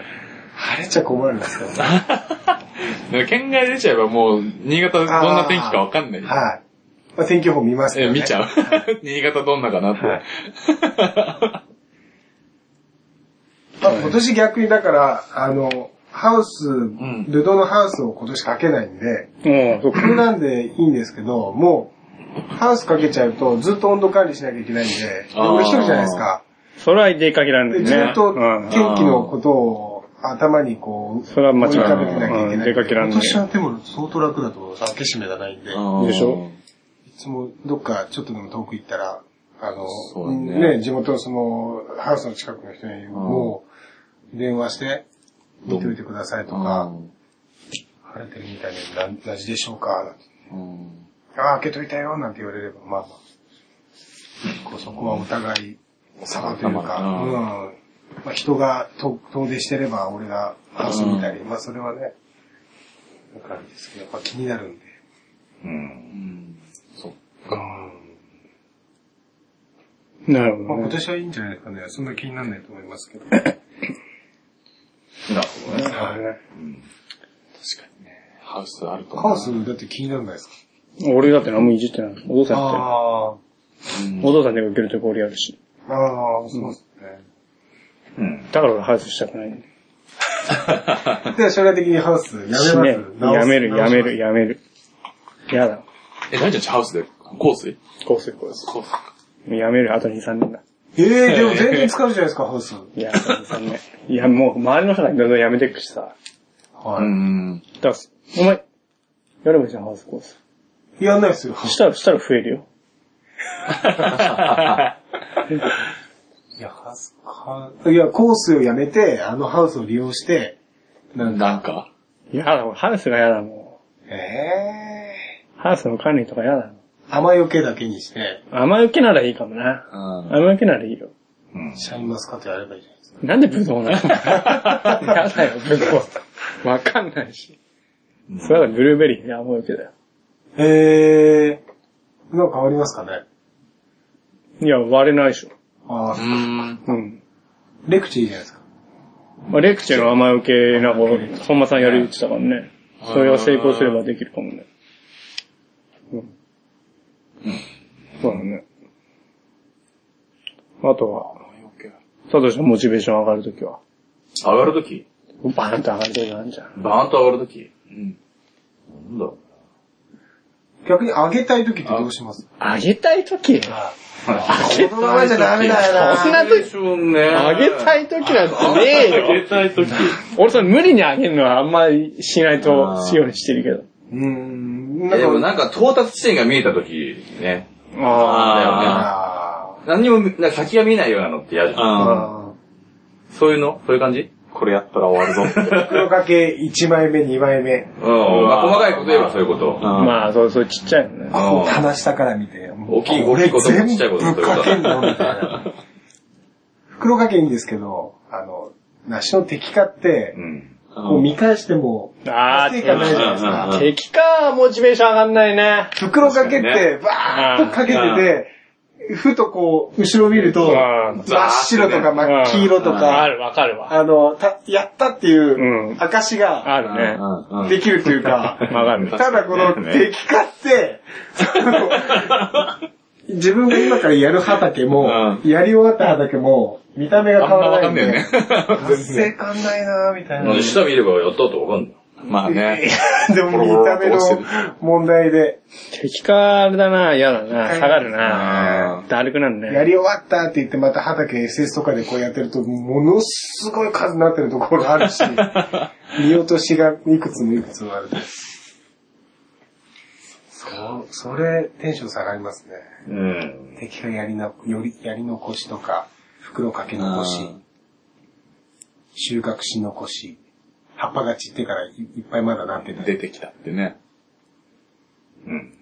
[SPEAKER 4] 晴れちゃ困るんですよ。
[SPEAKER 5] でも県外出ちゃえばもう、新潟どんな天気かわかんない。
[SPEAKER 4] はい。まあ、天気予報見ますけ
[SPEAKER 5] え、
[SPEAKER 4] ど、ね。
[SPEAKER 5] 見ちゃう。 新潟どんなかなって。
[SPEAKER 4] まあ、今年逆にだから、あの、ハウス、
[SPEAKER 5] ん
[SPEAKER 4] ルドのハウスを今年かけないんで、
[SPEAKER 2] もう、そっ
[SPEAKER 4] こ
[SPEAKER 2] か。
[SPEAKER 4] れなんでいいんですけど、もう、ハウスかけちゃうとずっと温度管理しなきゃいけないんで、で
[SPEAKER 5] あー
[SPEAKER 4] 俺一人じゃないですか。
[SPEAKER 2] それは出かけられない
[SPEAKER 4] で
[SPEAKER 2] ね。
[SPEAKER 4] ずっと
[SPEAKER 2] うん
[SPEAKER 4] 天気のことを頭にこう、
[SPEAKER 2] それは間違いない
[SPEAKER 4] 追かけてなきゃいけないんで。
[SPEAKER 2] うん出かけられない
[SPEAKER 4] 今年はでも相当楽だと思う。開け閉めがないんで、い
[SPEAKER 5] うん
[SPEAKER 2] でしょ
[SPEAKER 4] つもどっかちょっとでも遠く行ったら、あ
[SPEAKER 5] そう
[SPEAKER 4] の、
[SPEAKER 5] だね
[SPEAKER 4] ね、地元のその、ハウスの近くの人にもう電話して、見ておいてくださいとか、晴れてるみたいに同じでしょうかなんて
[SPEAKER 5] うん
[SPEAKER 4] ああ、開けといたよ、なんて言われれば、まあまあ。こうそこはお互い、差というか、
[SPEAKER 5] まあ
[SPEAKER 4] うん。まあ人がと遠出してれば、俺がハウス見たり、まあそれはね、わかるんですけど、やっぱ気になるんで。
[SPEAKER 3] うん。
[SPEAKER 2] なるほ
[SPEAKER 4] まあ今
[SPEAKER 2] どね。
[SPEAKER 4] 年はいいんじゃないですかね。そんな気にならないと思いますけど。
[SPEAKER 3] なるほどね。
[SPEAKER 5] ハウスあると
[SPEAKER 4] ハ
[SPEAKER 5] 思う
[SPEAKER 4] ウスだって気にならないですか
[SPEAKER 2] 俺だって何もいじってない。お父さんやっ
[SPEAKER 4] あ
[SPEAKER 2] てる。お父さん出かけるとこ俺やるし。
[SPEAKER 4] あ、ああ、そうですね。
[SPEAKER 3] うん。
[SPEAKER 2] だから俺ハウスしたくない。ね
[SPEAKER 4] で、将来的にハウスやめます。直す
[SPEAKER 2] やめる、やめる、。
[SPEAKER 4] 直し
[SPEAKER 2] やめる。やだ。
[SPEAKER 5] え、大ちゃんちハウスで香水
[SPEAKER 2] こうする、こうす
[SPEAKER 5] 香水か。
[SPEAKER 2] る。やめる、あと2、3年だ。
[SPEAKER 4] ますええでも全然使うじゃないですか、ハウス。
[SPEAKER 2] いや、あと2、3年。いや、もう周りの人がどんどんやめてくしさ。
[SPEAKER 5] う
[SPEAKER 4] は
[SPEAKER 5] ん。
[SPEAKER 2] だから、お前、やればいいじゃん、ハウスコース。
[SPEAKER 4] い。やんないですよ。
[SPEAKER 2] したら、したら増えるよ。
[SPEAKER 4] いや、ハウスハウいや、コースをやめて、あのハウスを利用して、なんだ。
[SPEAKER 5] なんか
[SPEAKER 2] いやだ、俺ハウスがやだも
[SPEAKER 4] ええ
[SPEAKER 2] ん。ハウスの管理とかやだもん。
[SPEAKER 4] 雨よけだけにして、
[SPEAKER 2] 甘受けならいいかもな。
[SPEAKER 5] うん。
[SPEAKER 2] 甘受けならいいよ。
[SPEAKER 3] うん。
[SPEAKER 4] シャインマスカットやればいいじゃないですか。
[SPEAKER 2] なんでブドウなのやだよ、ブドウ。わかんないし。それはブルーベリーで甘受けだよ。
[SPEAKER 4] ええー。なんか変わりますかね
[SPEAKER 2] いや、割れないでしょ。
[SPEAKER 4] ああ、
[SPEAKER 5] うん。
[SPEAKER 2] うん。
[SPEAKER 4] レクチーいいじゃないですか。
[SPEAKER 2] まあ、レクチェの甘受けな方、本間さんやりってたからね。それが成功すればできるかもね。うん。そうだね。あとは、サトシのモチベーション上がるときは、
[SPEAKER 3] 上がるとき
[SPEAKER 2] バーンと上がるときがあるじゃん。
[SPEAKER 3] バーンと上がるとき
[SPEAKER 5] うん。
[SPEAKER 3] なんだろ
[SPEAKER 4] 逆に上げたい時ってどうします
[SPEAKER 2] 上げたいと き
[SPEAKER 4] あ
[SPEAKER 2] げたい時
[SPEAKER 4] このままじゃダメだよな。
[SPEAKER 2] そんな
[SPEAKER 3] う。
[SPEAKER 2] とき、
[SPEAKER 3] ションね。
[SPEAKER 2] 上げた
[SPEAKER 3] い。
[SPEAKER 2] いときなんてねえ
[SPEAKER 5] 上
[SPEAKER 2] よ
[SPEAKER 5] げ。たいとき。
[SPEAKER 2] 俺それ無理に上げるのはあんまりしないとしようにしてるけど。
[SPEAKER 4] うーん、
[SPEAKER 3] でも
[SPEAKER 4] なんか、
[SPEAKER 3] なんか到達地点が見えたとき、ね。
[SPEAKER 2] あ
[SPEAKER 5] あ
[SPEAKER 4] あ
[SPEAKER 3] 何にも、なんか先が見えないようなのって嫌じゃん。
[SPEAKER 5] あ
[SPEAKER 4] あ
[SPEAKER 3] そういうのそういう感じ
[SPEAKER 5] ーこれやったら終わるぞっ て。
[SPEAKER 4] ー袋掛け1枚目、2枚目。
[SPEAKER 3] うん。まあ細かいこと言えばそういうこと。
[SPEAKER 5] まあ、
[SPEAKER 2] まあ、そう、そう、ちっちゃいのね。
[SPEAKER 4] あ、こう話したから見て。
[SPEAKER 3] 大きい大きいこともちっちゃいこと
[SPEAKER 4] 全
[SPEAKER 3] も
[SPEAKER 4] 部かけんのみたいな。袋掛けいいんですけど、あの、梨の敵化って
[SPEAKER 3] う、ん。
[SPEAKER 4] こう見返しても、
[SPEAKER 2] あ
[SPEAKER 4] 達成感ないじゃないですか。
[SPEAKER 5] ー
[SPEAKER 2] 敵か、モチベーション上がんないね。
[SPEAKER 4] 袋掛けっ
[SPEAKER 3] 確か
[SPEAKER 4] て、バーっとかけてて、ふとこう、後ろ見ると、
[SPEAKER 2] うん
[SPEAKER 4] 真っ白とか
[SPEAKER 2] うん
[SPEAKER 4] 真っ黄色と
[SPEAKER 2] あ
[SPEAKER 4] か、
[SPEAKER 2] る、わかるわ。
[SPEAKER 4] あの、たやったっていううん証が
[SPEAKER 2] あるね。
[SPEAKER 5] うん
[SPEAKER 4] できるというか、
[SPEAKER 2] わかる。
[SPEAKER 4] ただこ の敵化 って、その自分が今からやる畑も、やり終わった畑も、見た目が変わらないんで。達成感ないなぁ、みたいな。
[SPEAKER 3] なんで下見ればやったってわかんない。
[SPEAKER 5] まあね。
[SPEAKER 4] でも見た目の問題で、
[SPEAKER 2] 敵か、あれだな、嫌だな。下がる
[SPEAKER 5] う
[SPEAKER 2] な。だるくなるね。
[SPEAKER 4] やり終わったって言ってまた畑 SS とかでこうやってると、ものすごい数になってるところある し、見落としがいくつもいくつもある。そう、それ、テンション下がりますね。
[SPEAKER 3] うん。
[SPEAKER 4] 敵がやりな、より、やり残しとか、袋かけ残し、収穫し残し、葉っぱが散ってからいいっぱいまだなってない。
[SPEAKER 5] 出てきたってね。
[SPEAKER 3] うん。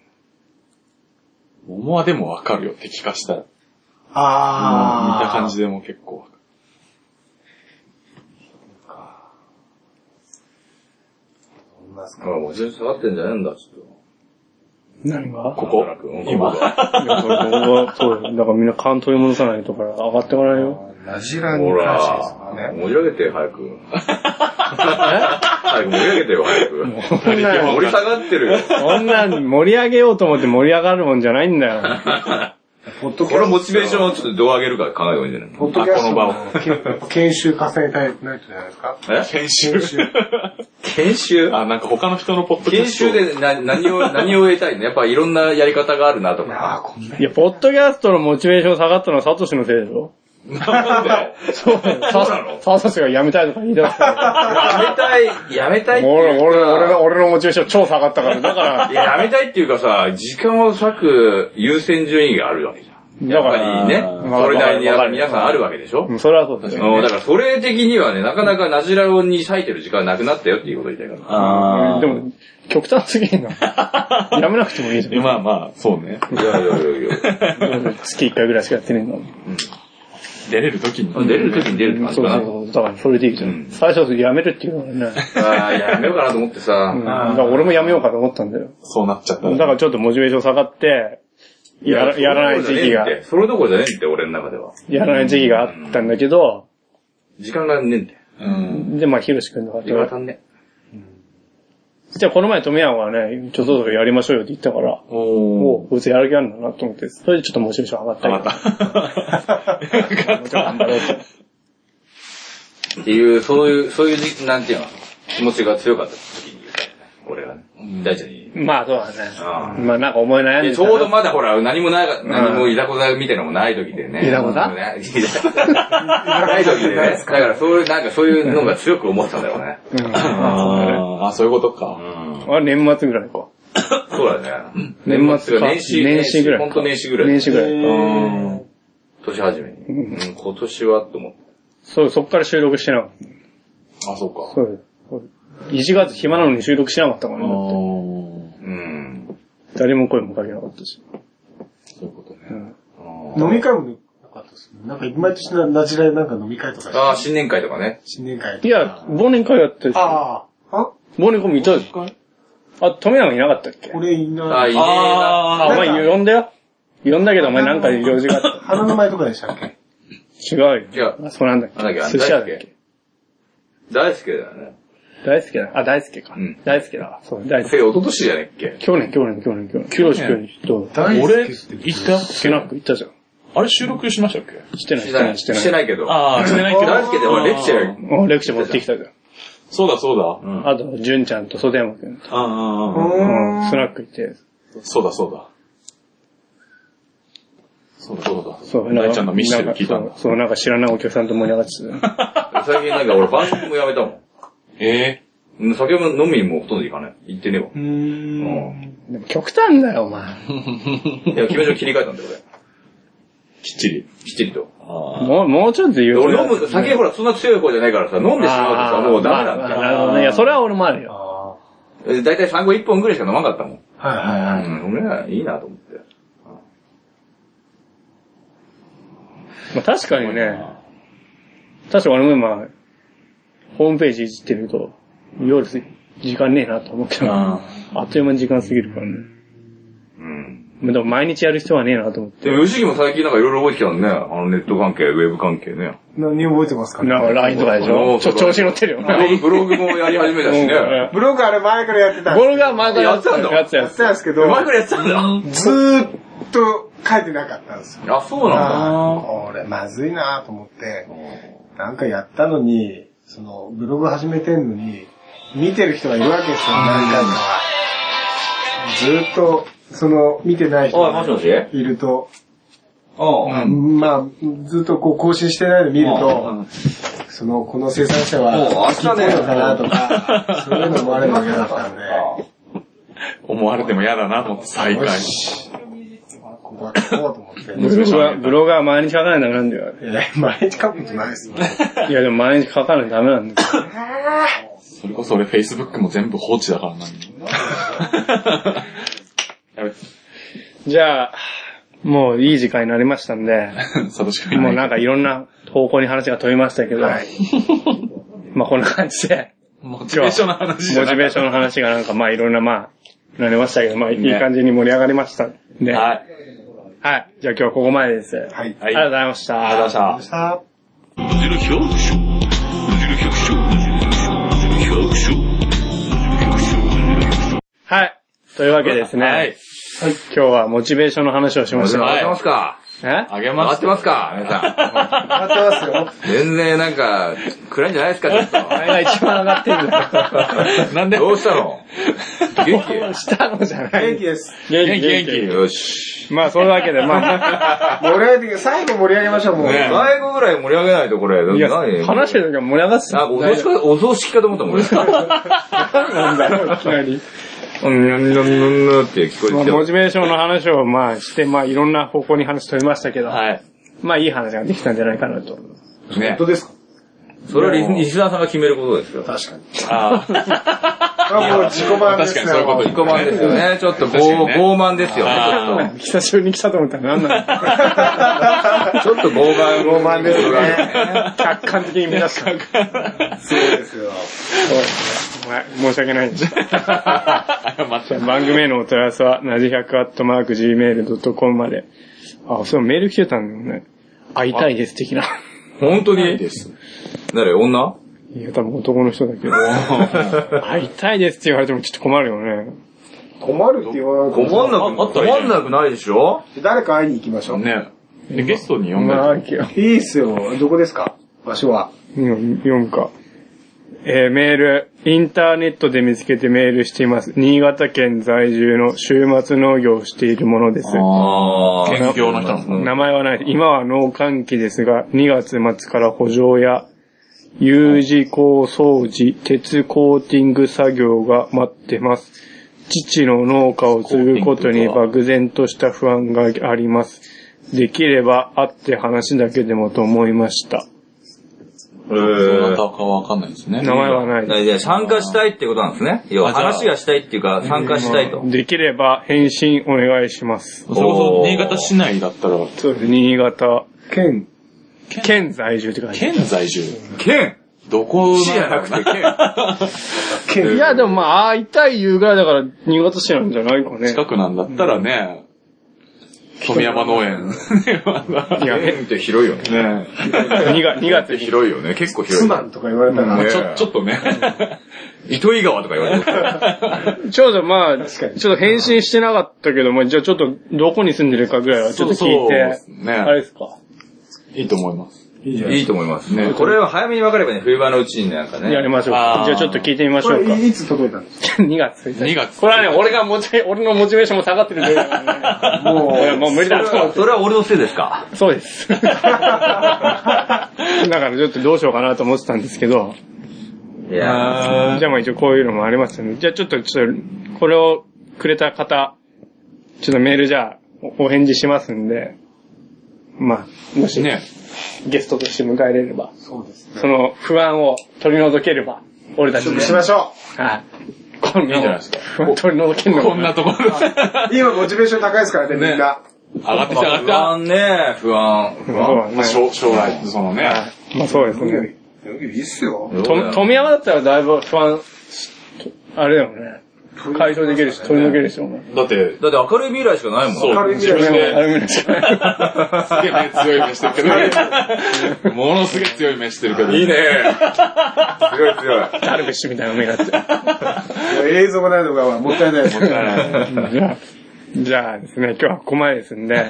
[SPEAKER 5] 桃はでもわかるよ、敵化したら。
[SPEAKER 4] あ
[SPEAKER 5] 見た感じでも結構わかる。
[SPEAKER 4] 思います
[SPEAKER 3] まあ、もう全然下がってんじゃねえんだ、ちょっと。
[SPEAKER 2] 何が
[SPEAKER 5] ここ
[SPEAKER 3] なんとなくうん
[SPEAKER 5] 今
[SPEAKER 3] ここが
[SPEAKER 2] そうだ。だからみんな勘取り戻さないとから上がってこないよ。
[SPEAKER 4] ラジラに
[SPEAKER 3] ほ
[SPEAKER 4] 関して ですからら、ね。
[SPEAKER 3] 盛り上げてよ、早く。早く盛り上げてよ、早く。
[SPEAKER 2] そんな
[SPEAKER 3] 盛り下がってるよ。
[SPEAKER 2] そんな盛り上げようと思って盛り上がるもんじゃないんだよ。
[SPEAKER 4] ポッドキ
[SPEAKER 3] こ
[SPEAKER 4] ャス
[SPEAKER 3] の
[SPEAKER 4] ト
[SPEAKER 3] モチベーションをちょっとどう上げるか考えてもいいんじゃない
[SPEAKER 4] ポッドキャスト
[SPEAKER 5] あこの
[SPEAKER 4] のけ研修稼いたいないとじゃないですか。
[SPEAKER 3] え
[SPEAKER 5] 研修。
[SPEAKER 3] 研修
[SPEAKER 5] あ、なんか他の人のポッドキャ
[SPEAKER 3] 研
[SPEAKER 5] スト。
[SPEAKER 3] 修。でな 何を、何を得たいのやっぱいろんなやり方があるなと
[SPEAKER 4] いや
[SPEAKER 3] か。
[SPEAKER 4] ーこんない
[SPEAKER 2] や、ポッドキャストのモチベーション下がったのはサトシのせいでしょ
[SPEAKER 3] なんで
[SPEAKER 2] そうだよ。サトシが辞めたいとか言い出したから。
[SPEAKER 3] やめたい、やめたいって
[SPEAKER 2] 俺、
[SPEAKER 3] いうか
[SPEAKER 2] 俺、俺の、俺のモチベーション超下がったから。だから、
[SPEAKER 3] いや、やめたいっていうかさ、時間を割く優先順位があるわけじゃん。や
[SPEAKER 2] だ
[SPEAKER 3] っ
[SPEAKER 2] か
[SPEAKER 3] ぱ
[SPEAKER 2] ら
[SPEAKER 3] りね、
[SPEAKER 2] まあ
[SPEAKER 3] それなりにやっぱり皆さんある
[SPEAKER 2] わ
[SPEAKER 3] わけでしょ
[SPEAKER 2] う、ん、それはそうだよ。
[SPEAKER 3] うんだからそれ的にはね、なかなかナジラオに割いてる時間なくなったよっていうこと言いたいから。
[SPEAKER 5] あー
[SPEAKER 2] でも、極端すぎ んな。やめなくてもいいじゃん。
[SPEAKER 5] まあまあ、そうね。
[SPEAKER 3] いやいやいやいや。
[SPEAKER 2] 月1回ぐらいしかやってねえの。
[SPEAKER 5] 出れる時に。
[SPEAKER 3] 出れる時に出るって感じ
[SPEAKER 2] そう
[SPEAKER 3] か
[SPEAKER 2] そ
[SPEAKER 3] な
[SPEAKER 2] う。そう。だから、それでいいじゃ
[SPEAKER 3] うん
[SPEAKER 2] ん。最初、やめるっていうのはね。
[SPEAKER 3] ああ、やめようかなと思ってさ
[SPEAKER 2] う、んだから俺もやめようかと思ったんだよ。
[SPEAKER 5] そうなっちゃった
[SPEAKER 2] だ
[SPEAKER 5] ら。
[SPEAKER 2] からちょっとモチベーション下がって、やらやらない時期が、
[SPEAKER 3] それどころじゃねえって、俺の中では。
[SPEAKER 2] やらない時期があったんだけど、
[SPEAKER 3] 時間がねえんだよ。
[SPEAKER 5] うん。
[SPEAKER 2] で、まあ、ヒロシ君とか
[SPEAKER 3] 時間が
[SPEAKER 2] と、
[SPEAKER 3] 足んね
[SPEAKER 2] じゃあこの前、トメヤンはね、ちょっとそろやりましょうよって言ったから、
[SPEAKER 5] お
[SPEAKER 2] おう、こいつやる気あるんだなと思って、それでちょっとモチベーション上がったりとか
[SPEAKER 5] あ、また。よかっ
[SPEAKER 2] ちょっと頑張ろうと
[SPEAKER 3] えっていう、そういう、そういうじ、なんていうの、気持ちが強かった時に言うからね。俺がね。大ちゃんに。
[SPEAKER 2] まあ、そうだ
[SPEAKER 3] ああ
[SPEAKER 2] ね。まあ、なんか思い悩んで
[SPEAKER 3] で
[SPEAKER 2] た
[SPEAKER 3] ちょうどまだほら、何もなかった、何もいざこざみたいなのもない時でね。
[SPEAKER 2] いざこざ
[SPEAKER 3] ねいざこざない時でね。だからそういう、なんかそういうのが強く思ってたんだよね。
[SPEAKER 5] あーあ、そういうこと
[SPEAKER 3] う
[SPEAKER 5] か。
[SPEAKER 3] ん。
[SPEAKER 2] あれ年末ぐらいか。
[SPEAKER 3] そうだね。
[SPEAKER 2] 年末か。
[SPEAKER 3] 年始、
[SPEAKER 2] 年始ぐらいか。
[SPEAKER 3] ほんと年始ぐらい。
[SPEAKER 2] 年始ぐらい。
[SPEAKER 5] うん。
[SPEAKER 3] 年始めに。うん、今年はと思って。
[SPEAKER 2] そう、そっから収録してなかった。
[SPEAKER 5] あ、そうか。
[SPEAKER 2] そうですそうです1月暇なのに収録しなかったか
[SPEAKER 5] あ
[SPEAKER 2] ら
[SPEAKER 5] ー
[SPEAKER 2] ね。
[SPEAKER 3] うん。
[SPEAKER 2] 誰も声もかけなかったし。
[SPEAKER 5] そういうことね。
[SPEAKER 2] うん
[SPEAKER 4] 飲み会もなかったですね。なんか毎年な、なじらいなんか飲み会とか
[SPEAKER 3] ああ、
[SPEAKER 4] して
[SPEAKER 3] 新年会とかね。
[SPEAKER 4] 新年会とか。
[SPEAKER 2] いや、忘年会やったでしょ。
[SPEAKER 4] ああ、あ
[SPEAKER 2] 忘年会もいたでしょ。あ、富山いなかったっけ
[SPEAKER 4] 俺い
[SPEAKER 3] ああ、
[SPEAKER 4] ないい。
[SPEAKER 3] ねえな。
[SPEAKER 2] あ、お前呼んだよ。呼んだけどお前なんか用事があっ
[SPEAKER 4] 花の前とかでしたっけ
[SPEAKER 2] た。違う
[SPEAKER 3] 違
[SPEAKER 2] よ。
[SPEAKER 3] う
[SPEAKER 2] あそうなんだっけ
[SPEAKER 3] なんだっ
[SPEAKER 2] 寿
[SPEAKER 3] け
[SPEAKER 2] 司屋だっけ
[SPEAKER 3] 大好きだよね。
[SPEAKER 2] 大好きだ。あ、大好きか
[SPEAKER 3] うん。
[SPEAKER 2] 大好きだ。そう、大好き
[SPEAKER 3] せ。い、一昨年じゃねっけ
[SPEAKER 2] 去年、去年、去年、去年。キロシ君と、
[SPEAKER 4] 大好き
[SPEAKER 5] 俺、
[SPEAKER 4] です
[SPEAKER 5] 行った
[SPEAKER 2] スナック行ったじゃん。
[SPEAKER 5] あれ収録しましたっけ
[SPEAKER 2] してない、してない、してない。
[SPEAKER 3] してないけど。
[SPEAKER 5] ああ、してないけど。
[SPEAKER 3] 大好きで、俺レクチャー。
[SPEAKER 2] うんレクチャー持ってきたじゃん。
[SPEAKER 5] そうだそうだ。
[SPEAKER 3] うん
[SPEAKER 2] あと、純ちゃんと袖山くんと。
[SPEAKER 5] ああ
[SPEAKER 4] う
[SPEAKER 5] ああ
[SPEAKER 2] うん、
[SPEAKER 4] ーん
[SPEAKER 2] スナック行って。
[SPEAKER 5] そうだそうだ。そうだそうだ。
[SPEAKER 2] そう、
[SPEAKER 5] 大ちゃんの見してる聞いた
[SPEAKER 2] な
[SPEAKER 5] ん
[SPEAKER 2] ん
[SPEAKER 5] だ
[SPEAKER 2] か。そう、そうなんか知らないお客さんと盛り上がってたよ。
[SPEAKER 3] 最近なんか俺晩酌もやめたも
[SPEAKER 5] ええ
[SPEAKER 3] んうん。酒も飲みにもほとんど行かない。行ってねえわ
[SPEAKER 4] う。ーん。
[SPEAKER 2] でも極端だよ、お前。
[SPEAKER 3] いや、気持ちを切り替えたんだよ、
[SPEAKER 5] きっちり。
[SPEAKER 3] きっちりと。
[SPEAKER 2] もう、もうちょっと言う
[SPEAKER 3] 俺飲む、酒ほらそんな強い方じゃないからさ、飲んでしまうとさ、もうダメなんだ
[SPEAKER 2] あー
[SPEAKER 3] よ。
[SPEAKER 2] なるほどね。いや、それは俺もあるよ。
[SPEAKER 4] あ
[SPEAKER 3] え大体産後1本ぐらいしか飲まなかったもん。
[SPEAKER 4] あ。はいはいはい。
[SPEAKER 3] うん、俺らいいなと思って。
[SPEAKER 2] まあ、確かにね、確かに俺も今、ホームページいじってると、夜す時間ねえなと思ってたあっという間に時間過ぎるからね。
[SPEAKER 3] うん。
[SPEAKER 2] でも毎日やる必要はねえなと思って。
[SPEAKER 3] でも、吉木も最近なんかいろいろ覚えてきたのね。あの、ネット関係、ウェブ関係ね。
[SPEAKER 4] 何覚えてますか
[SPEAKER 2] なんか LINE とかでしょちょ、調子乗ってるよ。
[SPEAKER 3] ブログブログもやり始めたしね。
[SPEAKER 2] う
[SPEAKER 4] ブログあれ前からやってたん
[SPEAKER 2] ボ
[SPEAKER 4] で
[SPEAKER 2] ールが前からやつ
[SPEAKER 4] すや
[SPEAKER 2] や
[SPEAKER 4] ってたんですけど、
[SPEAKER 3] 前からやってたんだ。
[SPEAKER 4] ずーっと書いてなかったんですよ。
[SPEAKER 3] あ、そうなんだ。
[SPEAKER 4] あーこれまずいなと思って、なんかやったのに、その、ブログ始めてんのに、見てる人がいるわけですよ、何回か。ずーっと、その、見てない人
[SPEAKER 3] おい、も
[SPEAKER 4] が
[SPEAKER 3] しもしあ
[SPEAKER 4] いると、
[SPEAKER 3] あ。
[SPEAKER 4] まあ、ずっとこう更新してないの見ると、その、この生産者は、
[SPEAKER 3] おう明日ね
[SPEAKER 4] 聞いてるのかなと か、そういうのもあるわけだったんで、
[SPEAKER 5] 思われても嫌だなと思って再
[SPEAKER 4] よ
[SPEAKER 5] 開。
[SPEAKER 4] し、ここは書こうと思って。
[SPEAKER 2] ブログは、ブログは毎日書かないとダメなんだよ。
[SPEAKER 4] いや、毎日書くことないですね。
[SPEAKER 2] いや、でも毎日書かないとダメなんだよ。
[SPEAKER 5] それこそ俺 Facebook も全部放置だからな。 や
[SPEAKER 2] じゃあ、もういい時間になりましたんで、
[SPEAKER 5] べ、 サトシ君い
[SPEAKER 2] もう
[SPEAKER 5] ない。
[SPEAKER 2] なんかいろんな方向に話が飛びましたけど、
[SPEAKER 4] はい。
[SPEAKER 2] まあこんな感じで、
[SPEAKER 5] モチベーションの話じゃ
[SPEAKER 2] モ
[SPEAKER 5] な
[SPEAKER 2] チ
[SPEAKER 5] い
[SPEAKER 2] ベーションの話がなんかまあいろんなまあ、なりましたけど、まあいい感じに盛り上がりましたね。はい。
[SPEAKER 5] はい。
[SPEAKER 2] じゃあ今日はここまでです。あ
[SPEAKER 4] はい。
[SPEAKER 5] は
[SPEAKER 2] り
[SPEAKER 5] い。
[SPEAKER 2] がとうござ
[SPEAKER 5] ありがとう
[SPEAKER 2] いました。
[SPEAKER 5] ございました
[SPEAKER 4] 明。日、
[SPEAKER 1] ラジル百姓ラジル百姓ラジル百姓ラジル百姓ラジル百姓
[SPEAKER 2] はい。というわけですね。
[SPEAKER 5] はい。
[SPEAKER 2] 今日はモチベーションの話をしまし
[SPEAKER 3] 上
[SPEAKER 2] た。
[SPEAKER 3] がってますか
[SPEAKER 2] え
[SPEAKER 5] あげ
[SPEAKER 3] 上
[SPEAKER 5] ま
[SPEAKER 3] がっ
[SPEAKER 5] す
[SPEAKER 3] て。ますか皆さ
[SPEAKER 4] 上がってますよ。
[SPEAKER 3] ん。全然なんか、暗いんじゃないですかちょっ
[SPEAKER 2] あれが一番上がってるんだ。
[SPEAKER 5] なん
[SPEAKER 3] と。
[SPEAKER 5] で
[SPEAKER 3] どうしたの 元
[SPEAKER 2] 下のじゃない。
[SPEAKER 4] 元気です。
[SPEAKER 2] 元
[SPEAKER 5] 元気元
[SPEAKER 3] 気
[SPEAKER 5] 気。
[SPEAKER 3] よし。
[SPEAKER 2] まあそういうわけで、まあ、
[SPEAKER 4] 盛り上げて、最後盛り上げましょう、もう。
[SPEAKER 5] ね
[SPEAKER 3] 最後ぐらい盛り上げないとこれ。
[SPEAKER 2] いや、
[SPEAKER 3] 何
[SPEAKER 2] 話してる時は盛り上がってた
[SPEAKER 3] なんかお葬式か、お葬式かと思ったもん、俺。
[SPEAKER 2] なんだろう、いきなり。
[SPEAKER 3] うん、なんなんなんなんって聞
[SPEAKER 2] ま
[SPEAKER 3] こ
[SPEAKER 2] あ、
[SPEAKER 3] えて
[SPEAKER 2] モ
[SPEAKER 3] き
[SPEAKER 2] チベーションの話を、まあ、して、まあ、いろんな方向に話飛びましたけど、
[SPEAKER 5] はい。
[SPEAKER 2] まあ、いい話ができたんじゃないかなと。
[SPEAKER 3] た。ね
[SPEAKER 4] 本当。ですか
[SPEAKER 3] それはリスリスナーさんが決めることですよ。
[SPEAKER 4] 確かに。
[SPEAKER 5] あー
[SPEAKER 4] これはもう自己満です
[SPEAKER 5] 確かにそういうこと
[SPEAKER 3] 自己満ですよね。ちょっと傲傲慢ですよね。
[SPEAKER 5] あ
[SPEAKER 2] 久しぶりに来たと思ったら何なの
[SPEAKER 3] ちょっとちょっと傲慢。
[SPEAKER 4] 傲慢ですね。
[SPEAKER 2] 客観的に見出した。そう
[SPEAKER 4] そうですよ。
[SPEAKER 2] ですね。まあ申し訳ないんです。
[SPEAKER 5] ー謝った。
[SPEAKER 2] 番組へのお問い合わせは、なじ100アットマーク gmail.com まで。あ、そう、メール来てたんだよね。会いたいです、的な。
[SPEAKER 3] 本当に誰女
[SPEAKER 2] いや、多分男の人だけど。会いたいですって言われてもちょっと困るよね。
[SPEAKER 4] 困るって言わな
[SPEAKER 3] 困
[SPEAKER 4] くて
[SPEAKER 3] んなく、
[SPEAKER 5] ああったらいいじゃん
[SPEAKER 3] 困んなくないでしょ
[SPEAKER 4] 誰か会いに行きましょう。
[SPEAKER 5] ねでゲストに呼ん
[SPEAKER 2] まあ、
[SPEAKER 5] だ
[SPEAKER 2] わけよ。
[SPEAKER 4] いいっすよ。どこですか場所は。
[SPEAKER 2] うん読むか。えーメール、インターネットで見つけてメールしています。新潟県在住の週末農業をしているものです。
[SPEAKER 3] あ
[SPEAKER 5] り。研究の人の。
[SPEAKER 2] 名前はない。今は農閑期ですが、2月末から補助や U 字工掃除、鉄コーティング作業が待ってます。父の農家を継ぐことに漠然とした不安があります。できれば会って話だけでもと思いました。
[SPEAKER 3] え
[SPEAKER 5] どな
[SPEAKER 3] ー
[SPEAKER 5] たかわかんないですね。
[SPEAKER 2] 名前はないです。
[SPEAKER 3] いや参加したいってことなんですね。要は
[SPEAKER 5] あじゃあ
[SPEAKER 3] 話がしたいっていうか、参加したいと。
[SPEAKER 2] できれば返信お願いします。
[SPEAKER 5] それこそ、新潟市内だったら、
[SPEAKER 2] そうです。新潟、
[SPEAKER 4] 県。
[SPEAKER 2] 県在住って感じ。
[SPEAKER 5] 県在住。
[SPEAKER 3] 県
[SPEAKER 5] どこ
[SPEAKER 3] 市じゃなくて県。
[SPEAKER 2] いや、でもまあ、会いたい言うぐらいだから、新潟市なんじゃないかね。
[SPEAKER 5] 近くなんだったらね、富山農園。
[SPEAKER 2] い や、
[SPEAKER 3] 県って広いよね。
[SPEAKER 5] ね
[SPEAKER 2] 2月、2月に。
[SPEAKER 3] 広いよね。結構広い。
[SPEAKER 4] 妻とか言われたら、
[SPEAKER 3] ね
[SPEAKER 5] ちょ、ちょっとね。
[SPEAKER 3] 糸魚川とか言われてる。
[SPEAKER 2] ちょうどまあ、ちょ
[SPEAKER 4] か
[SPEAKER 2] っ
[SPEAKER 4] に
[SPEAKER 2] と返信してなかったけど、まあ、じゃあちょっと、どこに住んでるかぐらいは、ちょっと聞いて
[SPEAKER 5] そうそう。ね
[SPEAKER 2] あれですか。
[SPEAKER 5] いいと思います。
[SPEAKER 4] いいじゃない
[SPEAKER 3] いいと思いますね
[SPEAKER 5] ね。
[SPEAKER 3] これは早めに分かればね、冬場のうちになんかね。
[SPEAKER 2] やりましょうか
[SPEAKER 5] あ。ー
[SPEAKER 2] じゃあちょっと聞いてみまし
[SPEAKER 4] こ
[SPEAKER 2] ょうか。
[SPEAKER 4] れ、いつ届いたんですか
[SPEAKER 2] 2月1日。
[SPEAKER 5] 2月
[SPEAKER 2] これはね、俺がモチベ、俺のモチベーションも下がってるんで。もう、いやもう無理だ
[SPEAKER 3] それはそれは俺のせいですか。
[SPEAKER 2] そう です。だからちょっとどうしようかなと思ってたんですけど、
[SPEAKER 3] いや
[SPEAKER 2] じゃあまあ一応こういうのもありますよね。じゃあちょっと、ちょっと、これをくれた方、ちょっとメールじゃあおお返事しますんで、まあ、もし、
[SPEAKER 5] ね。
[SPEAKER 2] ゲストとして迎えれれば、
[SPEAKER 4] そうですね。
[SPEAKER 2] その不安を取り除ければ、俺たちで。
[SPEAKER 4] しましょ
[SPEAKER 2] はい。こん
[SPEAKER 5] いいじゃないですか
[SPEAKER 2] 不安取り除けんの
[SPEAKER 5] こんなとこ ろ上
[SPEAKER 4] う。今モチベーション高いですからね、みんな。
[SPEAKER 5] がってきた、上
[SPEAKER 3] 不
[SPEAKER 5] がっ
[SPEAKER 3] 安ね、不安。
[SPEAKER 2] そうだね
[SPEAKER 5] てきた。将将来、そのね。
[SPEAKER 2] まあそうですね。
[SPEAKER 4] よいいっすよ。
[SPEAKER 3] どうだ
[SPEAKER 2] と
[SPEAKER 3] よ
[SPEAKER 2] 富山だったらだいぶ不安、あれだよね。解消できるし、取り抜けるでしょうね。
[SPEAKER 5] だって、
[SPEAKER 3] だって明るい未来しかないもん。
[SPEAKER 5] そう
[SPEAKER 4] 明るい未来
[SPEAKER 5] 自
[SPEAKER 2] あ
[SPEAKER 5] 分で
[SPEAKER 2] れぐらいしかない。
[SPEAKER 5] すげえ目強い目してるけど、ものすげえ強い目してるけど。
[SPEAKER 3] いいね。強い強い。
[SPEAKER 2] ダルビッシュみたいな目になって。
[SPEAKER 4] 映像がないのがもったいないです。
[SPEAKER 2] じゃあ、じゃあですね、今日はここまでですんで、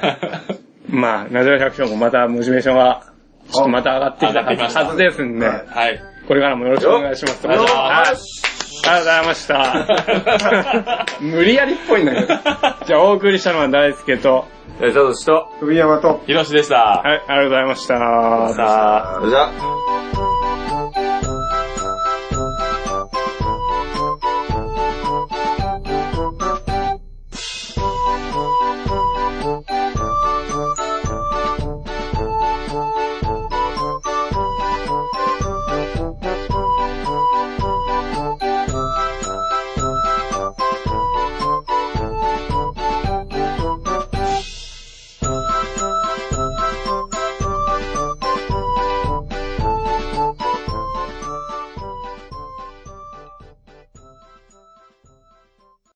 [SPEAKER 2] まあ、なぜ百姓もまたモチベーションが、ちょっとまた上がってき
[SPEAKER 5] 上がってきました
[SPEAKER 2] たはずですんで、
[SPEAKER 5] はい。
[SPEAKER 2] これからもよろしくお願いします。
[SPEAKER 5] よっ
[SPEAKER 2] はいありがとうございました。 無理やりっぽいんだけど。じゃあ、お送りしたのは大輔と、
[SPEAKER 3] え、ちょっと、人。
[SPEAKER 4] 富山と。
[SPEAKER 5] ひろしでした。
[SPEAKER 2] はい、ありがとうございました。
[SPEAKER 5] さあ。
[SPEAKER 3] じゃあ。